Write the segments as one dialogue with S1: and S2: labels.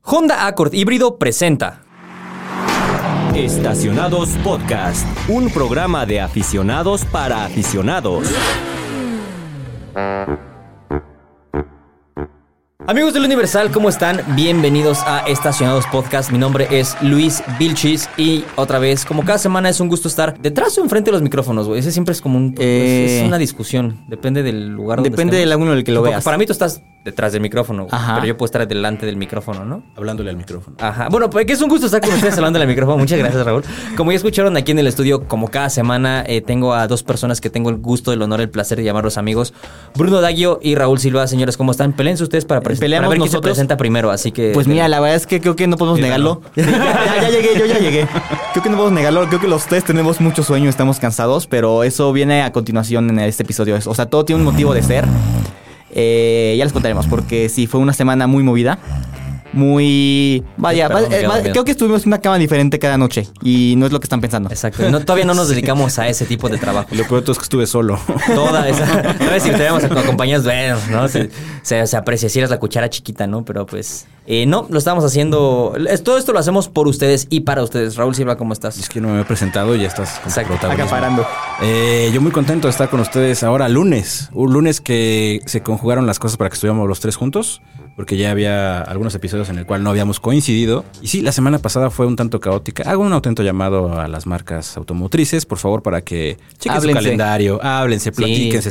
S1: Honda Accord híbrido presenta.
S2: Estacionados Podcast, un programa de aficionados para aficionados.
S1: Amigos del Universal, ¿cómo están? Bienvenidos a Estacionados Podcast. Mi nombre es Luis Vilchis y otra vez, como cada semana, es un gusto estar detrás o enfrente de los micrófonos, güey. Ese siempre es como un... pues,
S3: Eh.
S1: es una discusión. Depende del lugar donde
S3: Depende del
S1: estemos.
S3: ángulo en el que lo
S1: Porque
S3: veas.
S1: Para mí tú estás detrás del micrófono, güey,
S3: Ajá.
S1: pero yo puedo estar delante del micrófono, ¿no?
S4: Hablándole al micrófono.
S1: Ajá. Bueno, pues que es un gusto estar con ustedes hablando al micrófono. Muchas gracias, Raúl. Como ya escucharon aquí en el estudio, como cada semana, eh, tengo a dos personas que tengo el gusto, el honor, el placer de llamarlos amigos. Bruno Daguio y Raúl Silva. Señores, ¿cómo están? Pelense ustedes para, presen-
S3: Peleamos
S1: para ver quién se
S3: nosotros.
S1: presenta primero. Así que...
S3: Pues mira, la verdad es que creo que no podemos negarlo. ya, ya- ya llegué, yo ya llegué. Creo que no podemos negarlo. Creo que los tres tenemos mucho sueño, estamos cansados, pero eso viene a continuación en este episodio. O sea, todo tiene un motivo de ser. Eh, ya les contaremos, porque sí, fue una semana muy movida. Muy... Vaya,
S1: Perdón,
S3: va-
S1: me
S3: eh,
S1: quedo
S3: va-
S1: dormido.
S3: creo que estuvimos en una cama diferente cada noche y no es lo que están pensando.
S1: Exacto. No, todavía no nos dedicamos a ese tipo de trabajo.
S4: Lo peor de todo es que estuve solo.
S1: Toda esa... ¿Sabes? Si tuviéramos acompañados, bueno, ¿no? Se, se- se aprecia si eras la cuchara chiquita, ¿no? Pero pues... eh, no, lo estamos haciendo... es- Todo esto lo hacemos por ustedes y para ustedes. Raúl Silva, ¿cómo estás?
S4: Es que no me he presentado y ya estás con
S1: Exacto.
S4: protagonismo.
S3: Acaparando.
S4: Eh, yo muy contento de estar con ustedes ahora lunes. Un lunes que se conjugaron las cosas para que estuviéramos los tres juntos. Porque ya había algunos episodios en el cual no habíamos coincidido. Y sí, la semana pasada fue un tanto caótica. Hago un auténtico llamado a las marcas automotrices, por favor, para que chequen
S3: Háblense.
S4: su calendario, háblense, platíquense,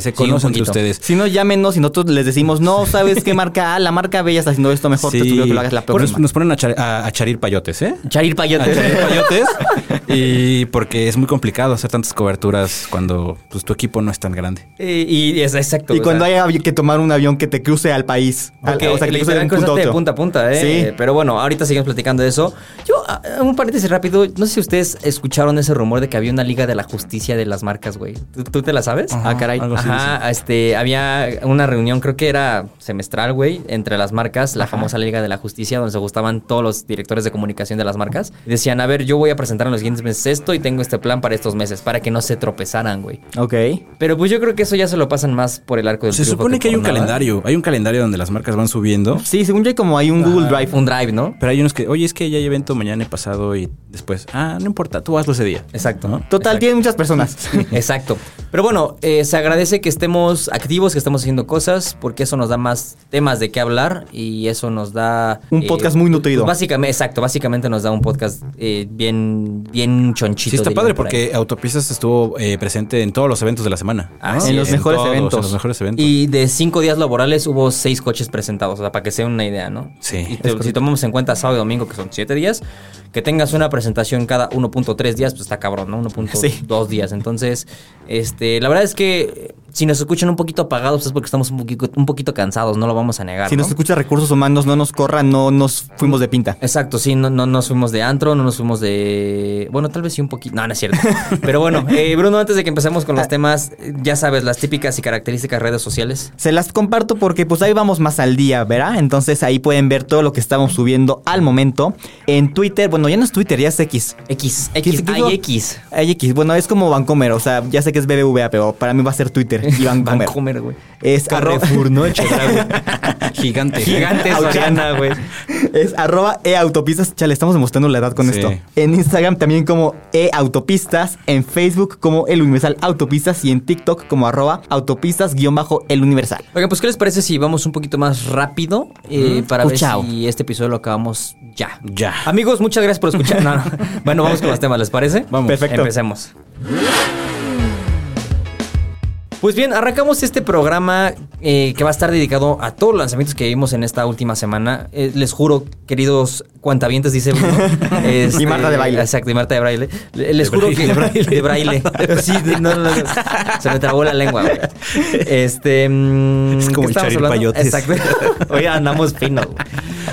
S1: sí,
S4: se
S1: un
S4: conocen entre
S1: poquito.
S4: ustedes.
S3: Si no, llámenos y nosotros les decimos, no, ¿sabes qué marca? A? la marca B ya está haciendo esto mejor, te
S4: Sí.
S3: sugiero que lo hagas la
S4: Por-
S3: próxima.
S4: Nos ponen a, char- a- a charir payotes, ¿eh?
S1: Charir Payote.
S4: Antonio Coyotes. y porque es muy complicado hacer tantas coberturas cuando pues, tu equipo no es tan grande.
S1: Eh, Y, es exacto.
S3: Y
S1: o
S3: cuando
S1: sea,
S3: haya que tomar un avión que te cruce al país. Al-
S1: porque
S3: o sea, que te cruce de
S1: literal
S3: un punto a
S1: cruzaste de
S3: otro.
S1: punta a punta, ¿eh?
S3: Sí.
S1: Pero bueno, ahorita seguimos platicando de eso. Yo, ah, un paréntesis rápido. No sé si ustedes escucharon ese rumor de que había una liga de la justicia de las marcas, güey. ¿Tú, tú te la sabes?
S3: Ajá, Ah, caray.
S4: algo así
S1: Ajá, este, había una reunión, creo que era semestral, güey, entre las marcas, la famosa Liga de la Justicia, donde se gustaban todos los directores de comunicación de las marcas. Y Decían, a ver, yo voy a presentar en los siguientes meses esto y tengo este plan para estos meses, para que no se tropezaran, güey.
S3: Ok.
S1: Pero pues yo creo que eso ya se lo pasan más por el arco del
S4: Se
S1: triunfo
S4: supone que hay
S1: por
S4: un
S1: nada.
S4: calendario. Hay un calendario donde las marcas van subiendo.
S3: Sí, según yo hay como hay un Google Drive.
S1: Un drive, ¿no?
S4: Pero hay unos que, oye, es que ya hay evento mañana y pasado y después. Ah, no importa, tú hazlo ese día.
S1: Exacto.
S4: ¿No?
S3: Total, tiene muchas personas.
S1: Exacto. Pero bueno, eh, se agradece que estemos activos, que estemos haciendo cosas, porque eso nos da más temas de qué hablar y eso nos da...
S3: Un
S1: eh,
S3: podcast muy nutrido.
S1: pues básicamente, exacto, básicamente nos da un podcast eh, bien, bien chonchito.
S4: Sí, está
S1: dirían
S4: padre
S1: por ahí.
S4: porque Autopistas estuvo eh, presente en todos los eventos de la semana.
S1: Ah,
S4: ¿no?
S1: sí, En los
S3: mejores eventos.
S4: En los mejores eventos.
S1: Y de cinco días laborales hubo seis coches presentados, o sea, para que sea una idea, ¿no?
S4: Sí.
S1: Y te- si tomamos en cuenta sábado y domingo, que son siete días, que tengas una presentación cada 1.3 días, pues está cabrón, ¿no? 1.2 días. Entonces, este, la verdad es que si nos escuchan un poquito apagados pues es porque estamos un poquito, un poquito cansados, no lo vamos a negar.
S3: si
S1: ¿no?
S3: nos escucha recursos humanos, no nos corran, no nos fuimos de pinta.
S1: Exacto, sí, no, no nos fuimos de antro, no nos fuimos de... Bueno, tal vez sí un poquito... No, no es cierto. Pero bueno, eh, Bruno, antes de que empecemos con los temas, eh, ya sabes, las típicas y características redes sociales.
S3: Se las comparto porque pues ahí vamos más al día, ¿verdad? Entonces ahí pueden ver todo lo que estamos subiendo al momento. En Twitter, bueno, ya no es Twitter, ya es X.
S1: X, X,
S3: ¿Qué- qué
S1: hay
S3: digo?
S1: X.
S3: Hay X, bueno, es como Vancomer, o sea, ya sé que es BBVA, pero para mí va a ser Twitter y Vancomer.
S1: Vancomer, güey.
S3: Es arro-
S4: Carrefour, ¿no? Gigante.
S1: Gigante
S3: Auchan.
S1: Soriana, güey.
S3: Es arroba eautopistas. Chale, estamos demostrando la edad con
S4: Sí.
S3: esto. En Instagram también como eautopistas. En Facebook como el Universal Autopistas. Y en TikTok como arroba autopistas guión bajo el Universal.
S1: Oigan, pues, ¿qué les parece si vamos un poquito más rápido eh, para
S3: Cuchao.
S1: ver si este episodio lo acabamos ya?
S4: Ya.
S1: Amigos, muchas gracias por escuchar. No, no. Bueno, vamos con los temas, ¿les parece?
S4: Vamos.
S3: Perfecto.
S1: Empecemos. Pues bien, arrancamos este programa eh, que va a estar dedicado a todos los lanzamientos que vimos en esta última semana. Eh, les juro, queridos cuantavientes, dice Bruno. este,
S3: Marta de baile.
S1: Exacto, y Marta de Braille. Le- Les juro que... De Braille. Ah, Sí, de- no, no, no. Se me trabó la lengua, güey. Este... mm,
S4: Es como
S1: ¿qué estábamos
S4: el Charil
S1: hablando?
S4: Payotes.
S1: Exacto. Hoy andamos fino. güey.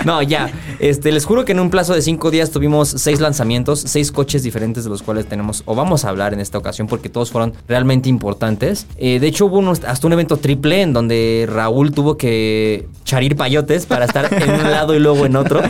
S1: No, ya. Este, les juro que en un plazo de cinco días tuvimos seis lanzamientos, seis coches diferentes de los cuales tenemos o vamos a hablar en esta ocasión porque todos fueron realmente importantes. Eh, de hecho, hubo unos- hasta un evento triple en donde Raúl tuvo que charir payotes para estar en un lado y luego en otro.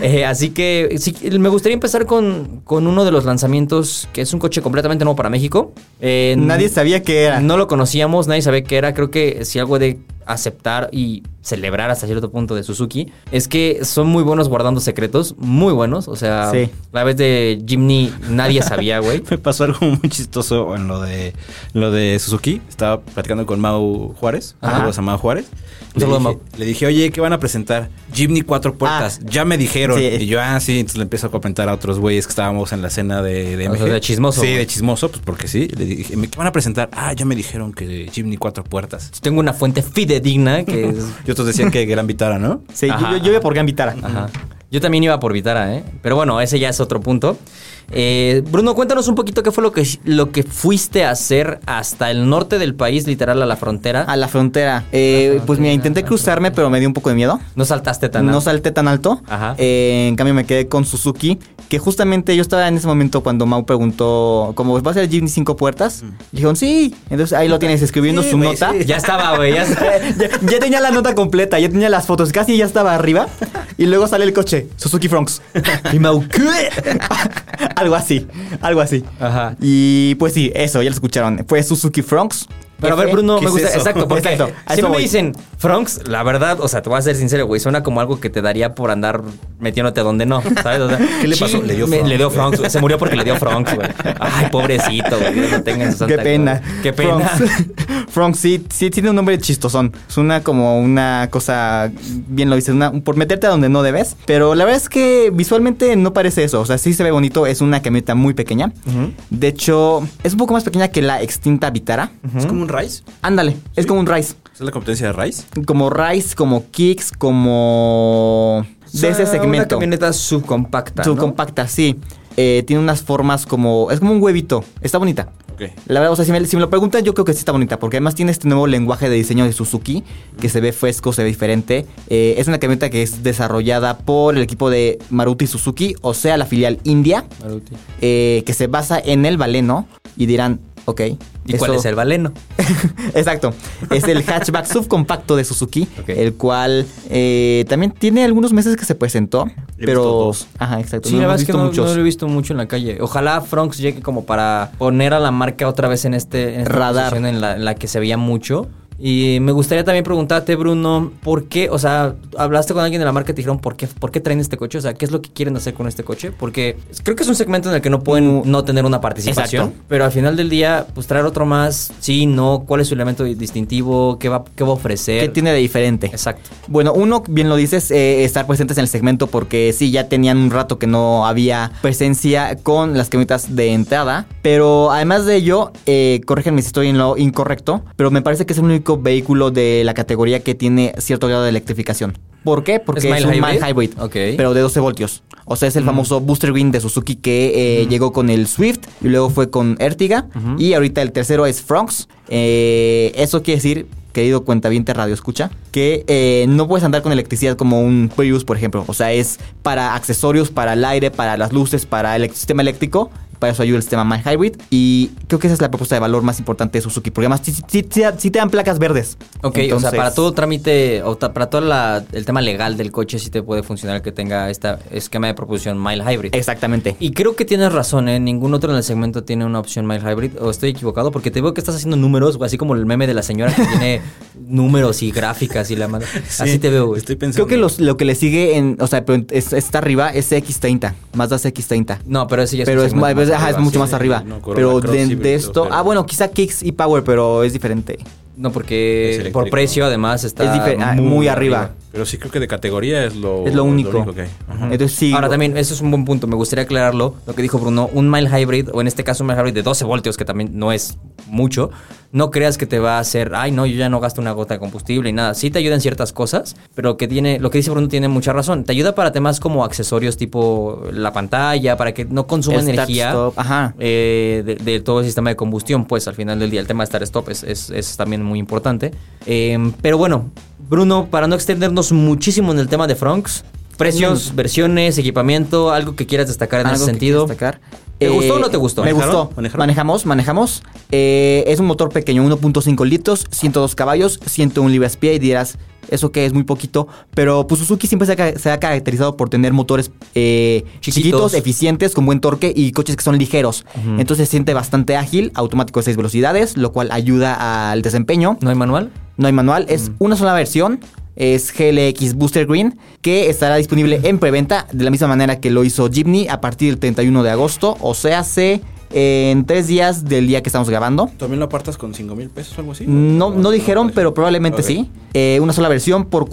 S1: Eh, así que sí, me gustaría empezar con, con uno de los lanzamientos que es un coche completamente nuevo para México. Eh,
S3: Nadie sabía que era.
S1: no lo conocíamos, nadie sabía qué era. Creo que si algo he de aceptar y celebrar hasta cierto punto de Suzuki es que son muy buenos guardando secretos, muy buenos. O sea,
S3: Sí.
S1: la vez de Jimny nadie sabía, güey.
S4: Me pasó algo muy chistoso en lo de lo de Suzuki. Estaba platicando con Mau Juárez.
S1: Ajá.
S4: Saludos a Mau Juárez.
S1: Un
S4: Le
S1: saludo a
S4: dije,
S1: Mau. Ah.
S4: le dije, oye, ¿qué van a presentar? Jimny Cuatro Puertas. ya me dijeron.
S3: Sí.
S4: Y yo, ah, sí. Entonces le empiezo a comentar a otros güeyes que estábamos en la cena de, de
S1: O sea,
S4: MG.
S1: de chismoso,
S4: Sí,
S1: güey.
S4: de chismoso, pues porque sí. Le dije, ¿qué van a presentar? Ah, ya me dijeron que Jimny Cuatro Puertas.
S1: Tengo una fuente fidedigna que es
S4: Y otros decían que Gran Vitara, ¿no?
S3: Sí, yo,
S1: Ajá.
S3: yo, yo iba por Gran Vitara.
S1: Ajá. Yo también iba por Vitara, ¿eh? Pero bueno, ese ya es otro punto. Eh, Bruno, cuéntanos un poquito qué fue lo que, lo que fuiste a hacer hasta el norte del país, literal a la frontera.
S3: A la frontera. Eh, pues mira, intenté cruzarme, pero me dio un poco de miedo.
S1: No saltaste tan
S3: No
S1: alto.
S3: salté tan alto.
S1: Ajá.
S3: Eh, en cambio, me quedé con Suzuki. Que justamente yo estaba en ese momento cuando Mau preguntó, como va a ser Jimny cinco puertas. Y Dijeron, sí. Entonces ahí lo tienes escribiendo
S4: Mm. Sí,
S3: su
S4: güey,
S3: nota.
S4: sí.
S1: Ya estaba, güey. Ya está-
S3: Ya, ya tenía la nota completa, ya tenía las fotos, casi ya estaba arriba. Y luego sale el coche, Suzuki Fronx. Y Mau, ¿qué? algo así, algo así.
S1: Ajá.
S3: Y pues sí, eso, ya lo escucharon. Fue Suzuki Fronx.
S1: Pero a ver, Bruno, me
S4: ¿Qué es
S1: gusta.
S4: eso?
S1: Exacto, porque
S3: Exacto,
S1: siempre
S3: a eso
S1: me
S3: voy.
S1: dicen, Fronks, la verdad, o sea, te voy a ser sincero, güey, suena como algo que te daría por andar metiéndote donde no, ¿sabes? O sea,
S4: ¿Qué le
S1: sí,
S4: pasó? Le dio
S1: me-
S4: Fronks,
S1: Le dio
S4: güey.
S1: Fronks, güey. Se murió porque le dio Fronks, güey. Ay, pobrecito, güey. Dios lo tenga en su santa
S3: Qué pena.
S1: gloria. Qué pena.
S3: Fronx, Fronx, sí, sí tiene un nombre chistosón. Es una como una cosa, bien lo dices, una, por meterte a donde no debes. Pero la verdad es que visualmente no parece eso. O sea, sí se ve bonito. Es una camioneta muy pequeña. De hecho, es un poco más pequeña que la extinta Vitara.
S4: Es como un Rice.
S3: Ándale, es
S4: Sí.
S3: como un Rice.
S4: Es la competencia de Rice.
S3: Como Rice, como Kicks, como... De ese
S1: O sea, Una
S3: segmento.
S1: camioneta subcompacta. ¿no?
S3: Subcompacta, sí. Eh, tiene unas formas como... Es como un huevito. Está bonita.
S4: Ok.
S3: La verdad, o sea, si me, si me lo preguntan, yo creo que sí está bonita, porque además tiene este nuevo lenguaje de diseño de Suzuki, que se ve fresco, se ve diferente. Eh, es una camioneta que es desarrollada por el equipo de Maruti Suzuki, o sea, la filial India, eh, que se basa en el baleno, y dirán, ok.
S1: ¿Y cuál
S3: eso-
S1: es el baleno?
S3: Exacto. Es el hatchback subcompacto de Suzuki,
S1: Ok.
S3: el cual eh, también tiene algunos meses que se presentó, pero...
S4: dos.
S3: Ajá, exacto.
S1: Sí,
S3: no
S1: la
S3: hemos
S1: verdad es que
S3: visto
S1: no,
S3: muchos.
S1: no lo he visto mucho en la calle. Ojalá Fronks llegue como para poner a la marca otra vez en este en esta
S3: Radar.
S1: posición en la, en la que se veía mucho. Y me gustaría también preguntarte, Bruno, ¿por qué? O sea, hablaste con alguien de la marca y te dijeron, ¿por qué, ¿por qué traen este coche? O sea, ¿qué es lo que quieren hacer con este coche? Porque creo que es un segmento en el que no pueden no tener una participación.
S3: Mm, Exacto.
S1: Pero al final del día, pues traer otro más, sí, no, ¿cuál es su elemento distintivo? ¿Qué va, qué va a ofrecer?
S3: ¿Qué tiene de diferente?
S1: Exacto.
S3: Bueno, uno, bien lo dices, eh, estar presentes en el segmento porque sí, ya tenían un rato que no había presencia con las camionetas de entrada. Pero además de ello, eh, corríjanme si estoy en lo incorrecto, pero me parece que es el único vehículo de la categoría que tiene cierto grado de electrificación. ¿Por qué? Porque
S1: ¿Es
S3: es, un
S1: mild
S3: mild
S1: hybrid?
S3: hybrid,
S1: Ok.
S3: pero de 12 voltios. O sea, es el
S1: Mm.
S3: famoso Booster Green de Suzuki que eh, llegó con el Swift y luego fue con Ertiga. Y ahorita el tercero es Fronx. Eh, eso quiere decir, querido cuentaviente radio escucha, que eh, no puedes andar con electricidad como un Prius, por ejemplo. O sea, es para accesorios, para el aire, para las luces, para el sistema eléctrico. Para eso ayuda el sistema My Hybrid. Y creo que esa es la propuesta de valor más importante de Suzuki. Porque además sí, sí- sí- sí te dan placas verdes.
S1: Ok, o sea,
S3: Entonces-
S1: para todo trámite, o ta- para todo la- el tema legal del coche sí te puede funcionar que tenga este esquema de propulsión mild hybrid.
S3: Exactamente.
S1: Y creo que tienes razón, ¿eh? Ningún otro en el segmento tiene una opción mild hybrid. O estoy equivocado porque te veo que estás haciendo números, güey, así como el meme de la señora que tiene números y gráficas y la madre. Así te veo, güey.
S4: Estoy
S3: Creo
S4: pensando.
S3: que los- lo que le sigue en, o sea, pero en- es- está arriba es X30, Mazda X30.
S1: No, pero ese ya
S3: Pero
S1: un
S3: es,
S1: segmento
S3: más,
S1: más
S3: ajá, es
S1: arriba,
S3: mucho
S1: sí.
S3: más arriba.
S4: no, Corolla
S3: pero
S4: Cross
S3: de,
S4: híbrido,
S3: de esto,
S4: pero-
S3: ah, bueno, quizá Kicks y Power, pero es diferente.
S1: No,
S4: Es
S1: porque por
S4: eléctrico.
S1: precio además está
S3: es dife- ah, muy, arriba.
S4: Pero sí creo que de categoría es
S1: Oh,
S4: lo,
S3: Es lo único.
S4: que hay. Ajá.
S3: Entonces sí.
S1: Ahora también, eso es un buen punto, me gustaría aclararlo, lo que dijo Bruno, un mild hybrid, o en este caso un mild hybrid de 12 voltios, que también no es mucho, no creas que te va a hacer, ay no, yo ya no gasto una gota de combustible y nada, sí te ayuda en ciertas cosas, pero que tiene, lo que dice Bruno tiene mucha razón, te ayuda para temas como accesorios tipo la pantalla, para que no consuma
S3: Start,
S1: energía
S3: stop, ajá.
S1: eh, de, de todo el sistema de combustión, pues al final del día el tema de estar stop es, es- es también muy importante. Em, pero bueno, Bruno, para no extendernos muchísimo en el tema de Fronks, precios, versiones, equipamiento, Mm. algo que quieras destacar en
S3: algo
S1: ese
S3: que
S1: sentido.
S3: quieras destacar.
S1: ¿Te gustó o no te gustó?
S3: Me
S4: ¿Manejaron?
S3: gustó.
S4: ¿Manejaron?
S3: Manejamos, manejamos. Eh, es un motor pequeño, 1.5 litros, 102 caballos, 101 libras pie y dirás, eso que es muy poquito. Pero pues Suzuki siempre se ha, ca- se ha caracterizado por tener motores eh,
S1: Chiquitos.
S3: chiquitos. eficientes, con buen torque y coches que son ligeros. Entonces se siente bastante ágil, automático de 6 velocidades, lo cual ayuda al desempeño.
S1: ¿No hay manual?
S3: No hay manual, es una sola versión. es GLX Booster Green, que estará disponible en preventa de la misma manera que lo hizo Jimny a partir del 31 de agosto, o sea, hace eh, en tres días del día que estamos grabando.
S4: ¿También lo apartas con 5 mil pesos o algo así?
S3: No,
S4: ¿O
S3: no dijeron,
S4: aparece?
S3: pero probablemente
S4: Ok.
S3: sí. Eh, una sola versión por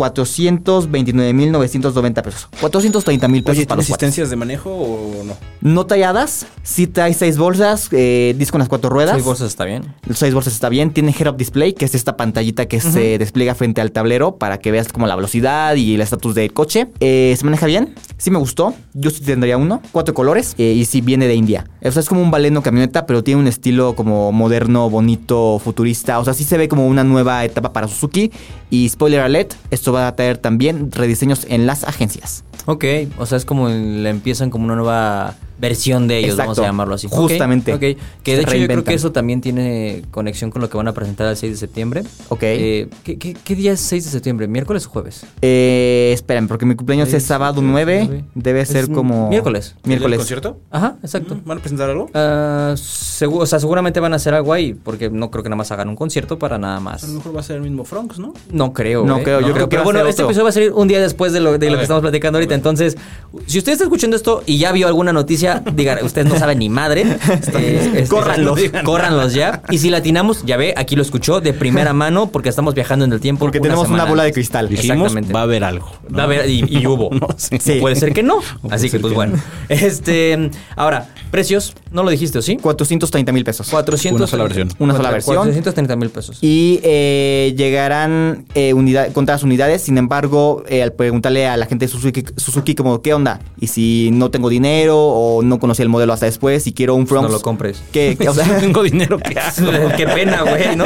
S3: 429.990 pesos. 430 mil pesos para
S4: Oye, ¿tiene
S3: los cuates.
S4: asistencias de manejo o no?
S3: No talladas, sí trae seis bolsas, eh, disco en las cuatro ruedas.
S1: Seis bolsas está bien.
S3: Los seis bolsas está bien. Tiene head-up display, que es esta pantallita que se despliega frente al tablero para que veas como la velocidad y el estatus del coche. Eh, se maneja bien. Sí me gustó. Yo sí tendría uno. Cuatro colores. eh, y sí viene de India. O sea, es como un baleno camioneta, pero tiene un estilo como moderno, bonito, futurista. O sea, sí se ve como una nueva etapa para Suzuki. Y spoiler alert, esto va a traer también rediseños en las agencias.
S1: Ok, o sea, es como el- le empiezan como una nueva versión de ellos, vamos a
S3: Exacto,
S1: llamarlo así. Ok,
S3: justamente.
S1: Ok, que de hecho yo creo
S3: Reinventan.
S1: que eso también tiene conexión con lo que van a presentar el 6 de septiembre.
S3: Ok.
S1: Eh, ¿qué, qué, qué día es 6 de septiembre? ¿Miércoles o jueves?
S3: Eh, esperen, porque mi cumpleaños
S1: Seis,
S3: es sábado
S1: siete,
S3: 9.
S1: nueve.
S3: Debe
S1: Es
S3: ser
S1: un-
S3: como...
S1: miércoles.
S4: ¿El del
S3: Miércoles.
S4: concierto? Mm,
S1: Ajá, exacto.
S4: ¿Van a presentar algo?
S1: Ah, segu- o sea, seguramente van a hacer algo ahí, porque no creo que nada más hagan un concierto para nada más.
S4: A lo mejor va a ser el mismo Fronks, ¿no?
S1: No creo.
S3: No
S1: ¿eh?
S3: creo, yo creo que
S1: Pero
S3: va a
S1: bueno,
S3: ser
S1: este
S3: otro.
S1: episodio va a salir un día después de lo, de
S4: A
S1: lo
S4: ver.
S1: que estamos platicando ahorita. Entonces, si usted está escuchando esto y ya vio alguna noticia, diga, usted no sabe ni madre. eh, este,
S4: Córranlos.
S1: Córranlos ya. Y si latinamos, ya ve, aquí lo escuchó de primera mano porque estamos viajando en el tiempo.
S3: Porque tenemos
S1: semana
S3: una bola de
S1: antes.
S3: cristal.
S4: Dijimos,
S1: Exactamente.
S4: va a haber algo. ¿no?
S1: Va a haber- y, y hubo.
S4: No sé.
S3: Sí.
S1: Puede ser que no. Así que,
S4: ser
S1: pues
S4: que
S1: bueno. Este, ahora, precios, no lo dijiste, ¿o ¿sí?
S3: 430 mil pesos.
S1: 400.
S4: Una sola versión.
S3: Una sola versión.
S1: 430 mil pesos.
S3: Y eh, llegarán eh, unida- contadas unidades. Sin embargo, eh, al preguntarle a la gente de Suzuki, Suzuki como, ¿qué onda? Y si no tengo dinero o no conocí el modelo hasta después y quiero un Fronx.
S1: Pues no lo compres.
S3: ¿qué- qué- o sea,
S4: no tengo dinero, ¿qué hago?
S1: Qué pena, güey, ¿no?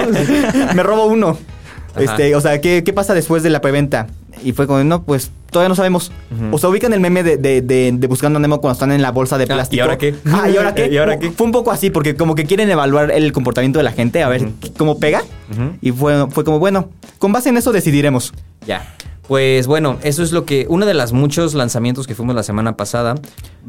S3: me robo uno.
S1: Ajá.
S3: Este, o sea, ¿qué, qué pasa después de la preventa? Y fue como, no, pues todavía no sabemos. O sea, ubican el meme de, de- de- de Buscando a Nemo cuando están en la bolsa de
S1: Ah,
S3: plástico.
S1: ¿y ahora qué?
S3: Ah, ¿y ahora qué?
S1: ¿Y ahora
S3: Como-
S1: qué?
S3: Fue un poco así, porque como que quieren evaluar el comportamiento de la gente, a ver qué- cómo pega. Y fue, fue como, bueno, con base en eso decidiremos.
S1: Ya. Pues bueno, eso es lo que. Uno de los muchos lanzamientos que fuimos la semana pasada.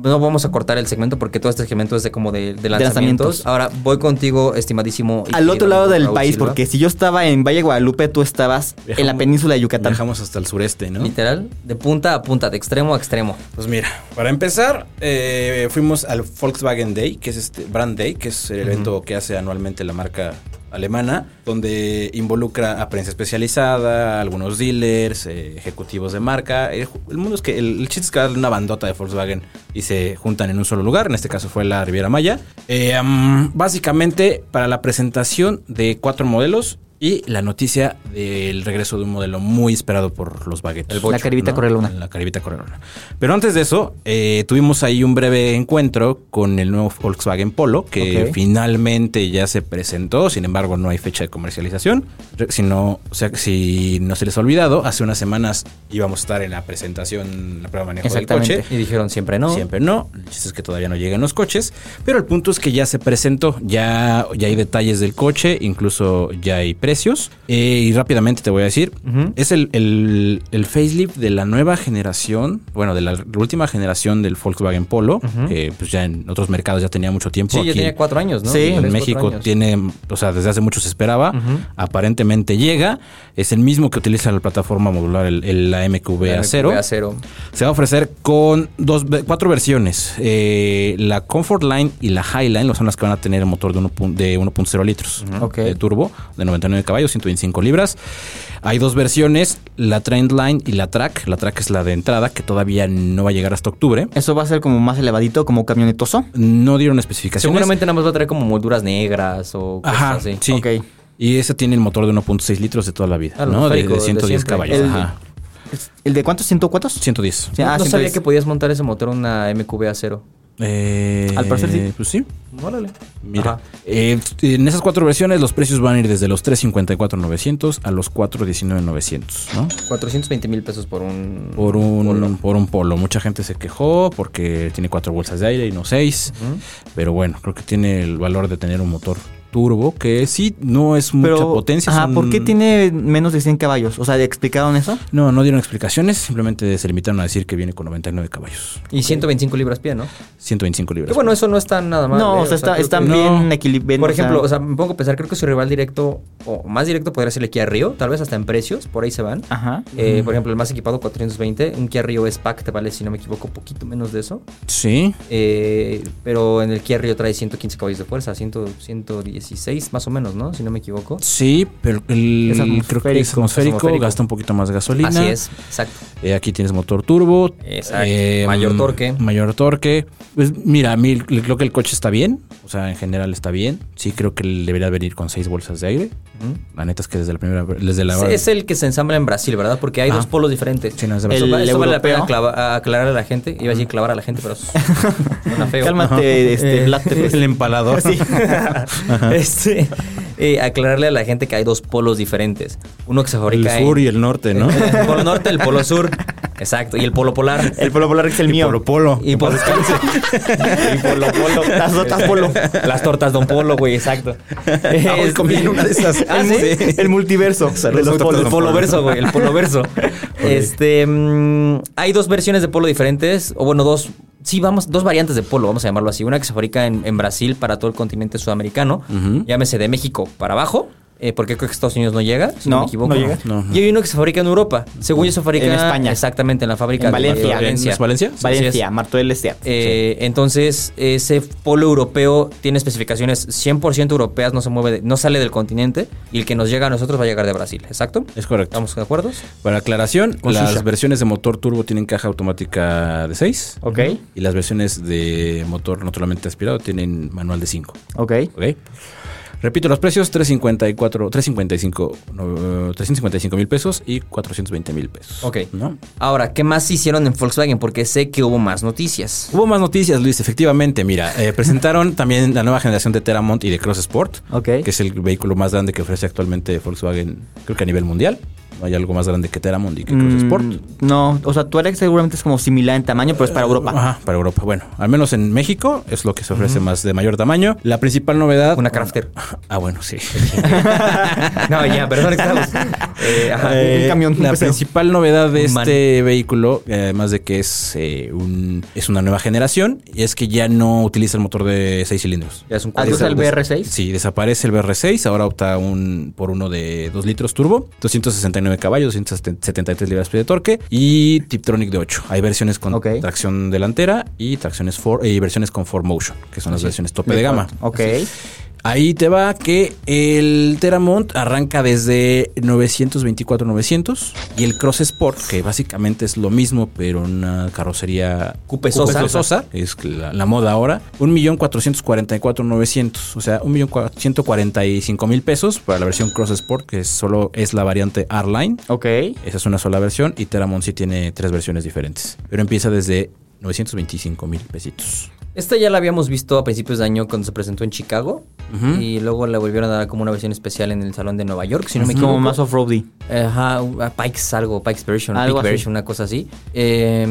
S1: No vamos a cortar el segmento porque todo este segmento es de como de, de lanzamientos.
S3: lanzamientos.
S1: Ahora voy contigo, estimadísimo. y
S3: Al
S1: querido
S3: otro lado
S1: amigo
S3: del
S1: Raúl
S3: país,
S1: Silva.
S3: porque si yo estaba en Valle de Guadalupe, tú estabas en la
S4: Viajamos-
S3: península de Yucatán.
S4: Viajamos hasta el sureste, ¿no?
S1: Literal, de punta a punta, de extremo a extremo.
S4: Pues mira, para empezar, eh, fuimos al Volkswagen Day, que es este Brand Day, que es el evento que hace anualmente la marca alemana, donde involucra a prensa especializada, algunos dealers, eh, ejecutivos de marca. El, ju- el mundo es que el, el chiste es que una bandota de Volkswagen y se juntan en un solo lugar. En este caso fue la Riviera Maya. Eh, am, básicamente para la presentación de cuatro modelos. Y la noticia del regreso de un modelo muy esperado por los baguettes.
S3: El bocho, La Caribita Corralona.
S4: La Caribita Corralona. Pero antes de eso, eh, tuvimos ahí un breve encuentro con el nuevo Volkswagen Polo, que
S3: Ok.
S4: finalmente ya se presentó. Sin embargo, no hay fecha de comercialización. Re- Si no, o sea, si no se les ha olvidado, hace unas semanas íbamos a estar en la presentación, la prueba de manejo del coche.
S1: Y dijeron siempre no.
S4: Siempre no. El chiste es que todavía no llegan los coches. Pero el punto es que ya se presentó. Ya, ya hay detalles del coche. Incluso ya hay precios. Eh, y rápidamente te voy a decir.
S1: Ujú.
S4: Es el, el- el facelift de la nueva generación. Bueno, de la última generación del Volkswagen Polo. Que pues ya en otros mercados ya tenía mucho
S1: Sí,
S4: tiempo.
S1: ya
S4: Aquí-
S1: tenía cuatro años, ¿no?
S3: Sí,
S1: Tres,
S4: en
S1: cuatro
S4: México
S1: años.
S4: tiene, o sea, desde hace mucho se esperaba.
S1: Ujú.
S4: Aparentemente llega. Es el mismo que utiliza la plataforma modular, el, el- la MQB
S1: La
S4: A0.
S1: MQB acero.
S4: Se va a ofrecer con dos, ve- cuatro versiones. Eh, la Comfort Line y la Highline son las que van a tener el motor de 1 pun- de 1.0 litros
S3: Ok.
S4: de turbo, de 99 caballos, 125 libras. Hay dos versiones, la Trendline y la Track. La Track es la de entrada, que todavía no va a llegar hasta octubre.
S3: Eso va a ser como más elevadito, como camionetoso.
S4: No dieron especificaciones.
S1: Seguramente nada más va a traer como molduras negras o cosas
S4: Ajá,
S1: así.
S4: sí.
S3: Pues, Ok.
S4: Y esa tiene el motor de 1.6 litros de toda la vida,
S1: Ah, lo
S4: ¿no? De,
S1: esférico,
S4: de
S1: de
S4: 110
S1: siempre.
S4: caballos.
S3: El-
S4: Ajá.
S3: ¿El de cuántos? ¿104?
S4: 110.
S3: Sí, ah,
S1: no sabía
S3: 110.
S1: que podías montar ese motor en una MQB acero.
S4: Eh,
S3: Al parecer sí.
S4: Pues sí.
S1: Órale.
S4: Mira,
S1: Ajá.
S4: eh, en esas cuatro versiones los precios van a ir desde los 354.900 a los 419.900, ¿no?
S1: 420 mil pesos por un...
S4: Por un,
S1: Polo.
S4: por un polo. Mucha gente se quejó porque tiene cuatro bolsas de aire y no seis. Pero bueno, creo que tiene el valor de tener un motor turbo, que sí, no es mucha
S3: Pero,
S4: potencia.
S3: Ajá,
S4: son-
S3: ¿por qué tiene menos de 100 caballos? O sea, ¿explicaron eso?
S4: No, no dieron explicaciones, simplemente se limitaron a decir que viene con 99 caballos,
S1: Y 125 libras pie, ¿no?
S4: 125
S1: Que
S4: libras.
S1: bueno, eso no está nada mal.
S3: no,
S1: ¿eh?
S3: o sea, está-
S1: creo
S3: están
S1: que-
S3: bien
S4: No.
S3: equilibrados.
S1: Por ejemplo, o sea, me pongo a pensar, creo que su rival directo o más directo podría ser el Kia Rio, tal vez hasta en precios, por ahí se van.
S3: Ajá.
S1: Eh, Por ejemplo, el más equipado 420, un Kia Rio S-Pack te vale, si no me equivoco, poquito menos de eso.
S4: Sí,
S1: Eh, pero en el Kia Rio trae 115 caballos de fuerza, 100, 116 más o menos, ¿no? Si no me equivoco.
S4: sí, pero el,
S3: Es atmosférico.
S4: creo que es atmosférico,
S1: Atmosférico.
S4: gasta un poquito más gasolina.
S1: Así es, exacto.
S4: Eh, aquí tienes motor turbo. eh, mm,
S1: Exacto. Mayor torque.
S4: Mayor torque. Pues mira, a mí l- creo que el coche está bien. O sea, en general está bien. Sí, creo que le debería venir con seis bolsas de aire. La neta es que desde la primera. Desde la
S1: Es el que se ensambla en Brasil, ¿verdad? Porque hay
S4: Ah.
S1: dos polos diferentes.
S4: Sí, no, es de
S1: Eso
S3: Brasil.
S1: va-
S3: El
S1: eso vale la pena
S3: europeo.
S1: clava- aclarar a la gente. Iba a decir clavar a la gente, pero es- suena feo.
S3: Cálmate,
S1: Ajá.
S3: este,
S1: Eh,
S3: Vlad Tepes.
S4: el empalador.
S3: Sí.
S1: este, eh, aclararle a la gente que hay dos polos diferentes. Uno que se
S4: el
S1: fabrica
S4: sur
S1: en,
S4: y el norte,
S1: eh.
S4: ¿no?
S1: el polo norte, el polo sur. Exacto. Y el polo polar.
S3: El polo polar es el mío.
S4: Polo Polo.
S1: Y por y por lo polo. Ah,
S3: Las tortas polo.
S1: Este, Las tortas Don Polo, güey, exacto. Este,
S4: hoy comí en una de esas.
S1: Ah,
S3: el,
S1: ¿sí?
S3: mu- el multiverso.
S4: Saludos,
S3: De los
S4: tortas
S3: polos.
S1: El
S4: Don
S1: polo
S4: Polo.
S1: verso, güey, el polo verso. Este, mm, hay dos versiones de polo diferentes, o bueno, dos, sí, vamos, dos variantes de polo, vamos a llamarlo así. Una que se fabrica en, en Brasil para todo el continente sudamericano,
S4: Ujú.
S1: llámese de México para abajo. eh, porque creo que Estados Unidos no llega, si no,
S3: No,
S1: me equivoco.
S3: no llega.
S4: No, no.
S1: Y hay uno que se fabrica en Europa. Según yo se fabrica
S3: En España.
S1: Exactamente, en la fábrica
S3: En
S1: de- de
S3: Valencia.
S1: Valencia.
S4: ¿No es Valencia?
S1: Sí, sí
S3: Valencia,
S1: es.
S3: Martuel Estea.
S1: Eh, Entonces, ese polo europeo tiene especificaciones 100% europeas, no se mueve, de- no sale del continente y el que nos llega a nosotros va a llegar de Brasil, ¿exacto?
S4: Es correcto.
S1: ¿Estamos de acuerdo?
S4: Para aclaración,
S3: Con
S4: las
S3: Susha.
S4: versiones de motor turbo tienen caja automática de 6.
S3: Ok,
S4: Y las versiones de motor naturalmente aspirado tienen manual de 5.
S3: ok.
S4: Ok. Repito los precios: 354, 355, no, eh, 355 mil pesos y 420 mil pesos.
S1: Ok.
S4: ¿No?
S1: Ahora, ¿qué más hicieron en Volkswagen? Porque sé que hubo más noticias.
S4: Hubo más noticias, Luis. Efectivamente, mira, eh, presentaron también la nueva generación de Teramont y de Cross Sport,
S3: Ok.
S4: que es el vehículo más grande que ofrece actualmente Volkswagen, creo que a nivel mundial. No hay algo más grande que Teramont y que Cross Sport.
S3: Mm, no, o sea, tu Alex seguramente es como similar en tamaño, pero es para Europa.
S4: Ajá, para Europa. Bueno, al menos en México es lo que se ofrece más de mayor tamaño. La principal novedad.
S1: Una crafter.
S4: Ah, bueno, sí.
S1: no, ya, perdón, estamos. Eh, ajá.
S4: Eh,
S3: Un camión, un
S4: La
S3: pesero.
S4: principal novedad de
S1: Un man.
S4: este vehículo, eh, además de que es, eh, un, es una nueva generación, es que ya no utiliza el motor de seis cilindros.
S1: Ya es un
S3: Ah,
S1: cuadro.
S3: ¿tú usas el BR6?
S4: Sí, desaparece el BR6, ahora opta un, por uno de 2 litros turbo, 269 caballos, 273 libras-pie de torque y Tiptronic de 8. Hay versiones con
S3: Ok.
S4: tracción delantera y tracciones for, eh, y versiones con 4Motion, que son las versiones tope de gama.
S3: Ok.
S4: Ahí te va que el Teramont arranca desde 924-900 y el Cross Sport, que básicamente es lo mismo, pero una carrocería
S1: Coupe
S4: Coupe
S1: sosa.
S4: sosa, es la, la moda ahora, 1.444.900, o sea, 1.145.000 pesos para la versión Cross Sport, que solo es la variante R-Line.
S3: Ok.
S4: Esa es una sola versión y Teramont sí tiene tres versiones diferentes, pero empieza desde 925.000 pesitos.
S1: Esta ya la habíamos visto a principios de año cuando se presentó en Chicago
S4: Ujú.
S1: y luego la volvieron a dar como una versión especial en el Salón de Nueva York, si no me
S3: Es
S1: equivoco.
S3: como más off-roady.
S1: Ajá, a Pikes algo, Pikes Version,
S3: Algo
S1: Peak
S3: así.
S1: Version, una cosa así. Eh,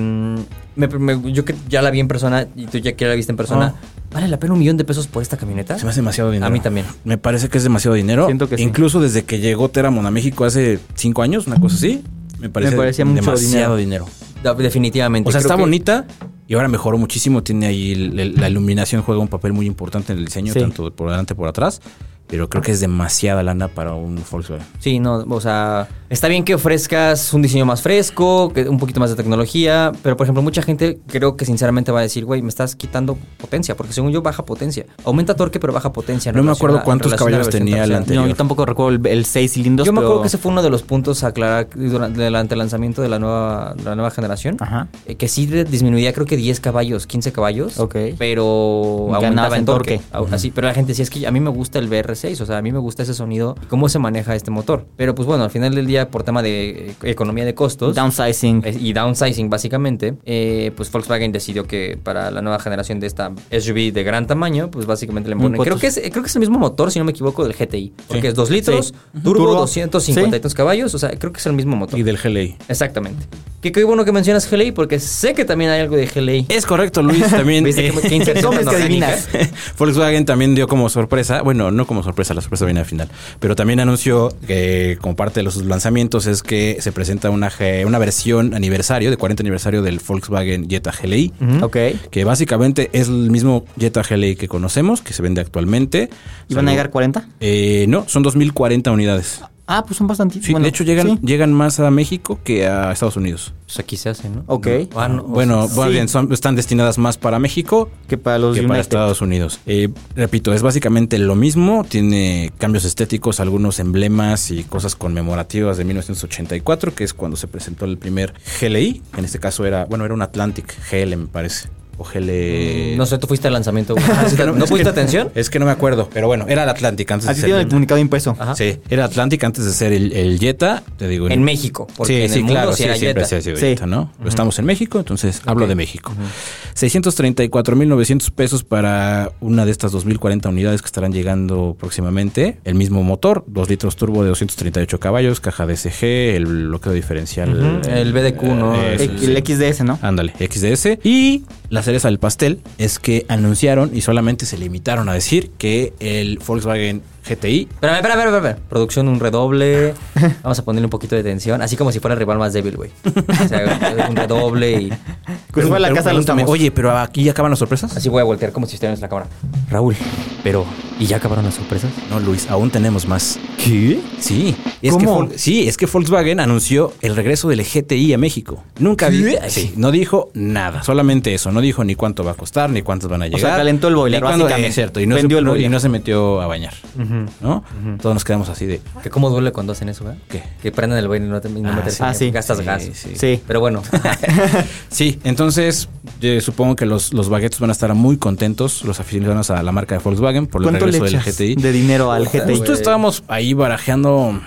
S1: me- me- yo que ya la vi en persona y tú ya que la viste en persona, ¿vale la pena un millón de pesos por esta camioneta?
S4: Ah. Se me hace demasiado dinero.
S1: A mí también.
S4: Me parece que es demasiado dinero.
S3: Siento que sí.
S4: Incluso desde que llegó Teramon a México hace cinco años, una cosa así, me parece
S3: Me parecía mucho
S4: demasiado dinero.
S1: Da- Definitivamente.
S4: O sea,
S1: Creo
S4: está
S1: que-
S4: bonita y ahora mejoró muchísimo. Tiene ahí el- el- la iluminación, juega un papel muy importante en el diseño,
S3: Sí.
S4: tanto por delante como por atrás. Pero creo que es demasiada lana para un Volkswagen.
S1: Sí, no, o sea, está bien que ofrezcas un diseño más fresco, que un poquito más de tecnología, pero por ejemplo, mucha gente creo que sinceramente va a decir, güey, me estás quitando potencia, porque según yo baja potencia. Aumenta torque, pero baja potencia. en
S4: No me
S1: relación
S4: acuerdo
S1: a- en
S4: cuántos
S1: relación a la
S4: caballos
S1: versión
S4: tenía el
S1: trasera.
S4: Anterior.
S3: No, yo tampoco recuerdo el, el seis cilindros.
S1: Yo me
S3: pero-
S1: acuerdo que ese fue uno de los puntos a aclarar durante, durante el lanzamiento de la nueva, la nueva generación.
S3: Ajá.
S1: eh, que sí de- disminuía creo que 10 caballos, 15 caballos.
S3: Ok.
S1: Pero
S3: Ganabas
S1: aumentaba en
S3: en
S1: torque.
S3: torque.
S1: Au- Así, pero la gente decía, es que a mí me gusta el BR6, o sea, a mí me gusta ese sonido, cómo se maneja este motor. Pero pues bueno, al final del día, por tema de eh, economía de costos.
S3: Downsizing.
S1: eh, y downsizing básicamente, eh, pues Volkswagen decidió que para la nueva generación de esta SUV de gran tamaño, pues básicamente le
S3: Un
S1: ponen... Creo
S3: cuatro-
S1: que, es, eh, creo que es el mismo motor, si no me equivoco, del GTI. Porque es 2 litros,
S3: Sí.
S1: turbo,
S3: Turbo.
S1: 252 caballos, o sea, creo que es el mismo motor.
S4: Y del GLI.
S1: Exactamente. Que qué bueno que mencionas GLI porque sé que también hay algo de GLI.
S4: Es correcto, Luis. También.
S1: ¿Viste
S4: eh,
S1: qué- qué inserción
S3: ¿Cómo es
S1: tan
S3: que
S1: orgánica?
S3: adivinas?
S4: Volkswagen también dio como sorpresa, bueno, no como sorpresa, la sorpresa viene al final. Pero también anunció que como parte de los lanzamientos es que se presenta una, G- una versión aniversario, de 40 aniversario del Volkswagen Jetta GLI.
S3: Ok.
S4: Que básicamente es el mismo Jetta GLI que conocemos, que se vende actualmente.
S3: ¿Y van
S4: Salvo-
S3: a llegar 40?
S4: Eh, no, son 2040 unidades.
S3: Ah, pues son bastantes.
S4: Sí,
S3: Bueno,
S4: de hecho llegan,
S3: sí.
S4: llegan más a México que a Estados Unidos.
S1: Pues aquí se hace, ¿no?
S3: Ok.
S1: Ah, no, o sea,
S4: bueno, más
S3: Oh, sí.
S4: bien, son- están destinadas más para México
S3: Que para los
S4: que para
S3: United.
S4: Estados Unidos. Eh, repito, es básicamente lo mismo, tiene cambios estéticos, algunos emblemas y cosas conmemorativas de 1984, que es cuando se presentó el primer GLI, en este caso era, bueno, era un Atlantic GL me parece, o GL...
S1: no sé, tú fuiste al lanzamiento. güey.
S4: eh, Es que
S1: ¿No,
S4: es que-
S1: pusiste atención?
S4: Es que no me acuerdo, pero bueno, era el Atlantic antes
S3: Aquí
S4: de ser
S3: Ah, tienen el
S4: el-
S3: comunicado impreso.
S1: Ajá.
S4: Sí, era Atlantic antes de ser el, el Jetta, te digo.
S1: En México, porque en el mundo sí era
S4: siempre
S1: Jetta.
S4: se ha sido
S3: Sí.
S4: Jetta, ¿no? Pero estamos en México, entonces hablo de México. 634.900 pesos para una de estas 2.040 unidades que estarán llegando próximamente. El mismo motor, 2 litros turbo de 238 caballos, caja DSG, el bloqueo diferencial.
S1: Ujú, el BDQ, ¿no?
S4: Eh,
S1: sí,
S3: El, el XDS, ¿no?
S4: Ándale, XDS. Y la cereza del pastel es que anunciaron y solamente se limitaron a decir que el Volkswagen GTI
S1: Espérame, espérame, espérame, espérame. Producción, un redoble. Vamos a ponerle un poquito de tensión. Así como si fuera el rival más débil, güey. O sea, un redoble y
S3: Cruzó a la casa de los
S4: Pregúntame,
S3: tamos.
S4: Oye, pero aquí acaban las sorpresas.
S1: así voy a voltear como si estuviera en la cámara. Raúl, pero ¿y ya acabaron las sorpresas?
S4: No, Luis, aún tenemos más.
S3: ¿qué?
S4: Sí, es que
S3: ¿Cómo?
S4: Vol- sí, es que Volkswagen anunció el regreso del GTI a México. Nunca vi,
S3: ¿Qué?
S4: sí, no dijo nada, solamente eso, no dijo ni cuánto va a costar, ni cuántos van a llegar.
S3: calentó el boiler,
S4: ni cuándo-
S3: básicamente.
S4: eh, cierto, y no,
S3: Vendió
S4: se,
S3: el boiler.
S4: y no se metió a bañar, ¿no? Todos nos quedamos así de
S1: Que cómo duele cuando hacen eso, güey.
S4: ¿Qué?
S1: Que prenden el güey y no, te, y no
S4: Ah,
S1: metes
S4: sí.
S1: el-
S3: Ah, sí.
S1: gastas
S4: Sí,
S1: gas.
S4: sí.
S3: Sí.
S1: Pero bueno,
S4: Sí, entonces eh, supongo que los, los baguettes van a estar muy contentos, los aficionados a la marca de Volkswagen, por el
S3: ¿Cuánto le
S4: regreso del
S3: echas
S4: GTI.
S3: de dinero al GTI?
S4: Justo estábamos ahí barajeando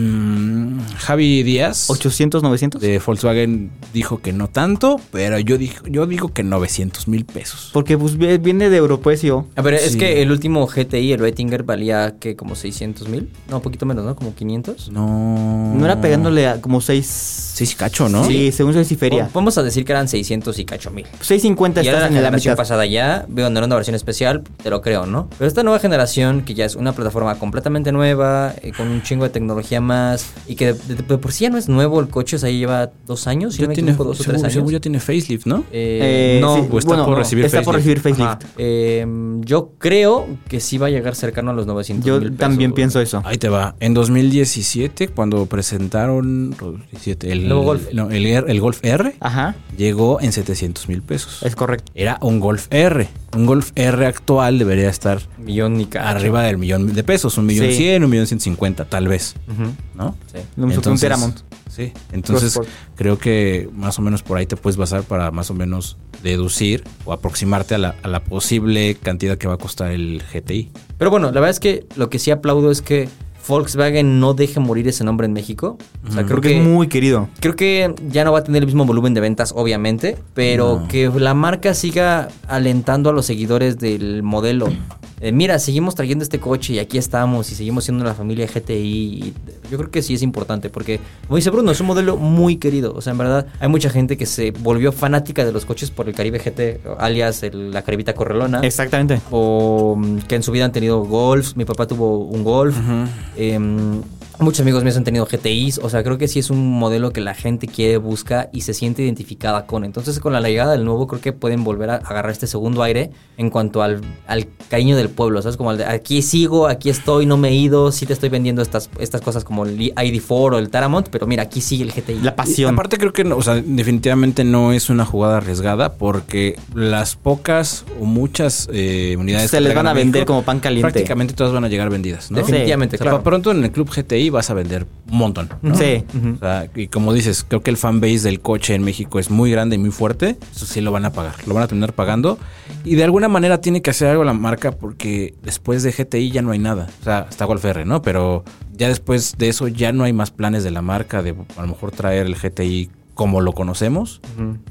S4: mm, Javi Díaz.
S3: 800, 900.
S4: de Volkswagen dijo que no tanto, pero yo, dijo, yo digo que 900 mil pesos.
S3: Porque pues, ve- viene de europecio.
S1: a ver, es
S4: Sí.
S1: que el último GTI, el Oettinger, valía que como 600 mil. No, un poquito menos, ¿no? Como 500.
S4: No.
S3: No era pegándole a como 6.
S4: Mm. Sí, sí, cacho, ¿no?
S3: Sí, según seis y
S1: Vamos
S3: feria.
S1: Vamos a decir que eran 600 y cacho mil.
S3: 650
S1: Y era
S3: estás
S1: la
S3: en la
S1: generación
S3: mitad.
S1: pasada ya, veo no era una versión especial, te lo creo, ¿no? Pero esta nueva generación, que ya es una plataforma completamente nueva, eh, con un chingo de tecnología más, y que de, de- de por sí ya no es nuevo el coche, o sea, ya lleva dos años, si
S4: Ya
S1: no me
S4: tiene,
S1: equivoco, dos o tres
S4: según, según
S1: años.
S4: ya tiene facelift, ¿no?
S1: Eh,
S3: Eh,
S1: no,
S3: sí,
S4: o está por recibir
S3: está por
S4: facelift.
S3: recibir
S1: Ajá.
S3: facelift.
S1: Eh, yo creo que sí va a llegar cercano a los 900
S3: Yo
S1: mil pesos,
S3: también
S1: güey.
S3: pienso eso.
S4: Ahí te va. En 2017, cuando presentaron 17, el,
S1: Nuevo Golf. Ah.
S4: no, el, R- el Golf R,
S3: Ajá,
S4: llegó en 700 mil pesos.
S3: es correcto.
S4: Era un Golf R. Un Golf R actual debería estar
S1: Millón ni cacho.
S4: arriba del millón de pesos, un millón
S3: Sí.
S4: cien, un millón ciento cincuenta, tal vez,
S1: Ujú,
S4: ¿no?
S1: sí.
S3: Lo mismo que un Teramont.
S4: Sí, entonces
S3: Crossport.
S4: creo que más o menos por ahí te puedes basar para más o menos deducir o aproximarte a la, a la posible cantidad que va a costar el GTI.
S1: Pero bueno, la verdad es que lo que sí aplaudo es que Volkswagen no deje morir ese nombre en México. O sea, creo
S3: Porque
S1: que
S3: es muy querido.
S1: Creo que ya no va a tener el mismo volumen de ventas, obviamente, pero
S4: No.
S1: que la marca siga alentando a los seguidores del modelo. Eh, mira, seguimos trayendo este coche y aquí estamos y seguimos siendo la familia GTI. y yo creo que sí es importante porque, como dice Bruno, es un modelo muy querido. O sea, en verdad, hay mucha gente que se volvió fanática de los coches por el Caribe GT, alias el- la Caribita
S4: ¿Ah?
S1: Correlona
S3: Exactamente.
S1: o mm, que en su vida han tenido golf. Mi papá tuvo un golf. Em, muchos amigos míos han tenido GTIs. O sea, creo que sí es un modelo que la gente quiere, busca y se siente identificada con. Entonces, con la llegada del nuevo, creo que pueden volver a agarrar este segundo aire en cuanto al, al cariño del pueblo. ¿Sabes? Como al de, aquí sigo, aquí estoy, no me he ido. Sí te estoy vendiendo estas, estas cosas como el ID4 o el Taramont, pero mira, aquí sigue el GTI.
S3: La
S4: Y
S3: pasión.
S4: aparte creo que, no, o sea, definitivamente no es una jugada arriesgada porque las pocas o muchas eh, unidades
S3: Se
S4: que
S3: les
S4: traigan
S3: van a vender
S4: México,
S3: como pan caliente.
S4: Prácticamente todas van a llegar vendidas, ¿no?
S1: Definitivamente,
S4: O sea,
S1: claro.
S4: para pronto en el club GTI vas a vender un montón. ¿no?
S3: Sí.
S4: O sea, y como dices, creo que el fanbase del coche en México es muy grande y muy fuerte. Eso sí lo van a pagar, lo van a terminar pagando. Y de alguna manera tiene que hacer algo la marca porque después de GTI ya no hay nada. O sea, está Golf R, ¿no? Pero ya después de eso ya no hay más planes de la marca de a lo mejor traer el GTI como lo conocemos.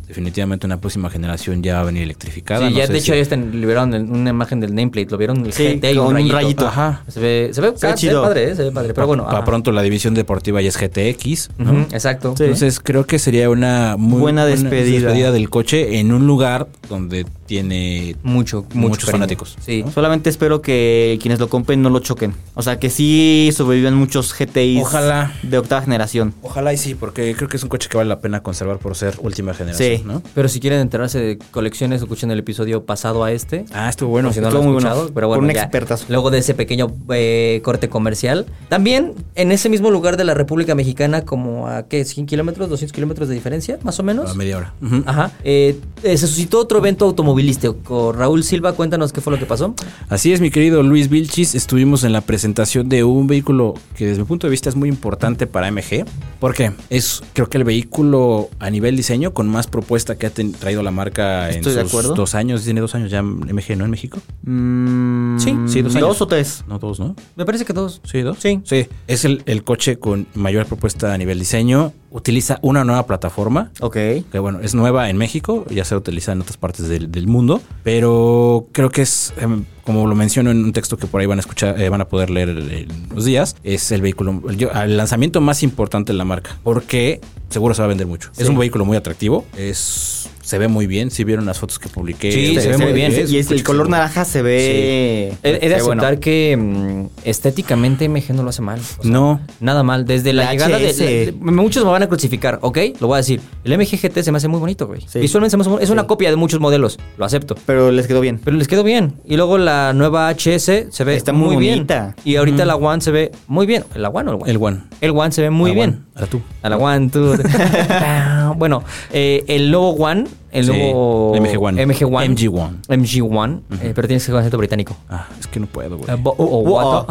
S4: Definitivamente una próxima generación ya va a venir electrificada.
S1: Sí,
S4: No
S1: ya
S4: sé
S1: de
S4: si-
S1: hecho ya están- liberaron el- una imagen del nameplate, lo vieron el
S3: Sí,
S1: GTI,
S3: con un rayito.
S4: Ajá.
S1: Se ve, se ve,
S3: Se ve
S1: ca- se ve
S3: chido.
S1: padre, ¿eh? se ve padre. Pero bueno,
S4: para
S1: ajá.
S4: pronto la división deportiva ya es GTX, ¿no?
S1: Ujú, Exacto.
S3: Sí.
S4: Entonces creo que sería una muy
S3: Buena
S4: una
S3: despedida.
S4: del coche en un lugar donde tiene
S1: Mucho, mucho
S4: muchos
S1: cariño.
S4: fanáticos.
S1: Sí.
S3: Solamente espero que quienes lo compren no lo choquen. O sea, que sí sobrevivan muchos GTI
S4: Ojalá.
S3: de octava generación.
S4: Ojalá y sí, porque creo que es un coche que vale la pena conservar por ser última generación,
S3: Sí.
S4: ¿no?
S1: Pero si quieren enterarse de colecciones, escuchen el episodio pasado a este.
S4: Ah, estuvo bueno.
S1: Por si no lo
S3: estuvo
S1: han
S3: muy
S1: escuchado,
S3: bueno.
S1: pero
S3: Con
S1: bueno,
S3: un
S1: ya.
S3: expertazo.
S1: Luego de ese pequeño eh, corte comercial. También en ese mismo lugar de la República Mexicana, como a ¿qué? 100 kilómetros, 200 kilómetros de diferencia, más o menos.
S4: A media hora. Ujú.
S1: Ajá. Eh, eh, se suscitó otro evento automovilístico. Raúl Silva, cuéntanos qué fue lo que pasó.
S4: Así es, mi querido Luis Vilchis. Estuvimos en la presentación de un vehículo que desde mi punto de vista es muy importante para MG. Porque es, creo que el vehículo a nivel diseño con más propuesta que ha ten- traído la marca
S3: Estoy
S4: en
S3: de
S4: sus
S3: acuerdo.
S4: dos años. Tiene dos años ya MG, ¿no? En México.
S3: Mm,
S4: Sí, sí, dos años.
S3: o tres.
S4: No, dos, ¿no?
S1: Me parece que todos.
S4: Sí, dos.
S1: Sí.
S4: Es el, el coche con mayor propuesta a nivel diseño. Utiliza una nueva plataforma.
S3: Ok.
S4: que bueno, es nueva en México, ya se utiliza en otras partes del, del mundo, pero creo que es, em, como lo menciono en un texto que por ahí van a escuchar, eh, van a poder leer en los días, es el vehículo, el, yo- el lanzamiento más importante de la marca, porque seguro se va a vender mucho. Es un vehículo muy atractivo, es, se ve muy bien, si vieron las fotos que publiqué.
S1: Sí, se ve muy bien.
S3: Y es- el color naranja se ve.
S1: He, he de
S3: se ve bueno.
S1: aceptar que mm, estéticamente MG no lo hace mal. O sea,
S4: No.
S1: Nada mal. Desde la,
S3: La
S1: llegada de,
S3: HS.
S1: de- Muchos me van a crucificar, ¿ok? Lo voy a decir. El MG GT se me hace muy bonito, güey.
S3: Sí.
S1: Visualmente se me hace muy- Es una copia de muchos modelos. Lo acepto.
S3: Pero les quedó bien.
S1: Pero les quedó bien. Y luego la nueva HS se ve
S3: Está
S1: muy
S3: muy
S1: bien.
S3: bonita.
S1: Y ahorita la One se ve muy bien. ¿La One o el One?
S4: El One.
S1: El One se ve muy
S4: Ah,
S1: bien.
S4: bueno, ahora tú.
S1: A la One, two, three. Pow. bueno, eh, el nuevo One, el
S4: Sí,
S1: nuevo
S4: el MG1.
S1: MG1,
S4: MG1
S1: MG1, eh, pero tienes que con acento británico.
S4: Ah, es que no puedo, güey.
S1: Eh, bo- oh, oh, what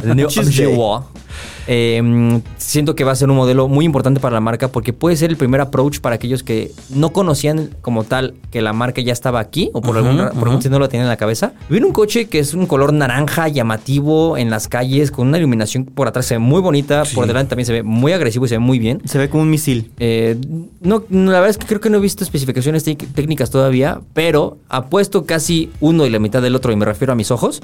S1: the- el nuevo
S3: Tuesday.
S1: MG1. Eh, mm, siento que va a ser un modelo muy importante para la marca porque puede ser el primer approach para aquellos que no conocían como tal que la marca ya estaba aquí o por
S4: Ujú,
S1: algún ra- por algún
S4: ujú.
S1: si no lo tienen en la cabeza. Viene un coche que es un color naranja llamativo en las calles con una iluminación por atrás se ve muy bonita, por delante también se ve muy agresivo y se ve muy bien.
S3: Se ve como un misil.
S1: Eh, no, no, la verdad es que creo que no he visto especificaciones tec- técnicas todavía, pero apuesto casi uno y la mitad del otro, y me refiero a mis ojos.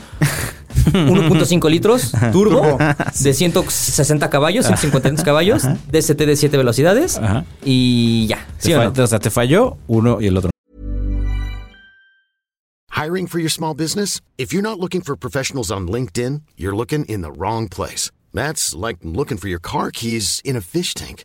S1: 1.5 litros, turbo, de 160 caballos, 150 caballos, DCT de 7 velocidades,
S4: Ajá.
S1: y ya. ¿Sí
S4: Te
S1: o
S4: fa-
S1: no?
S4: O sea, te falló uno y el otro.
S5: Hiring for your small business? If you're not looking for professionals on LinkedIn, you're looking in the wrong place. That's like looking for your car keys in a fish tank.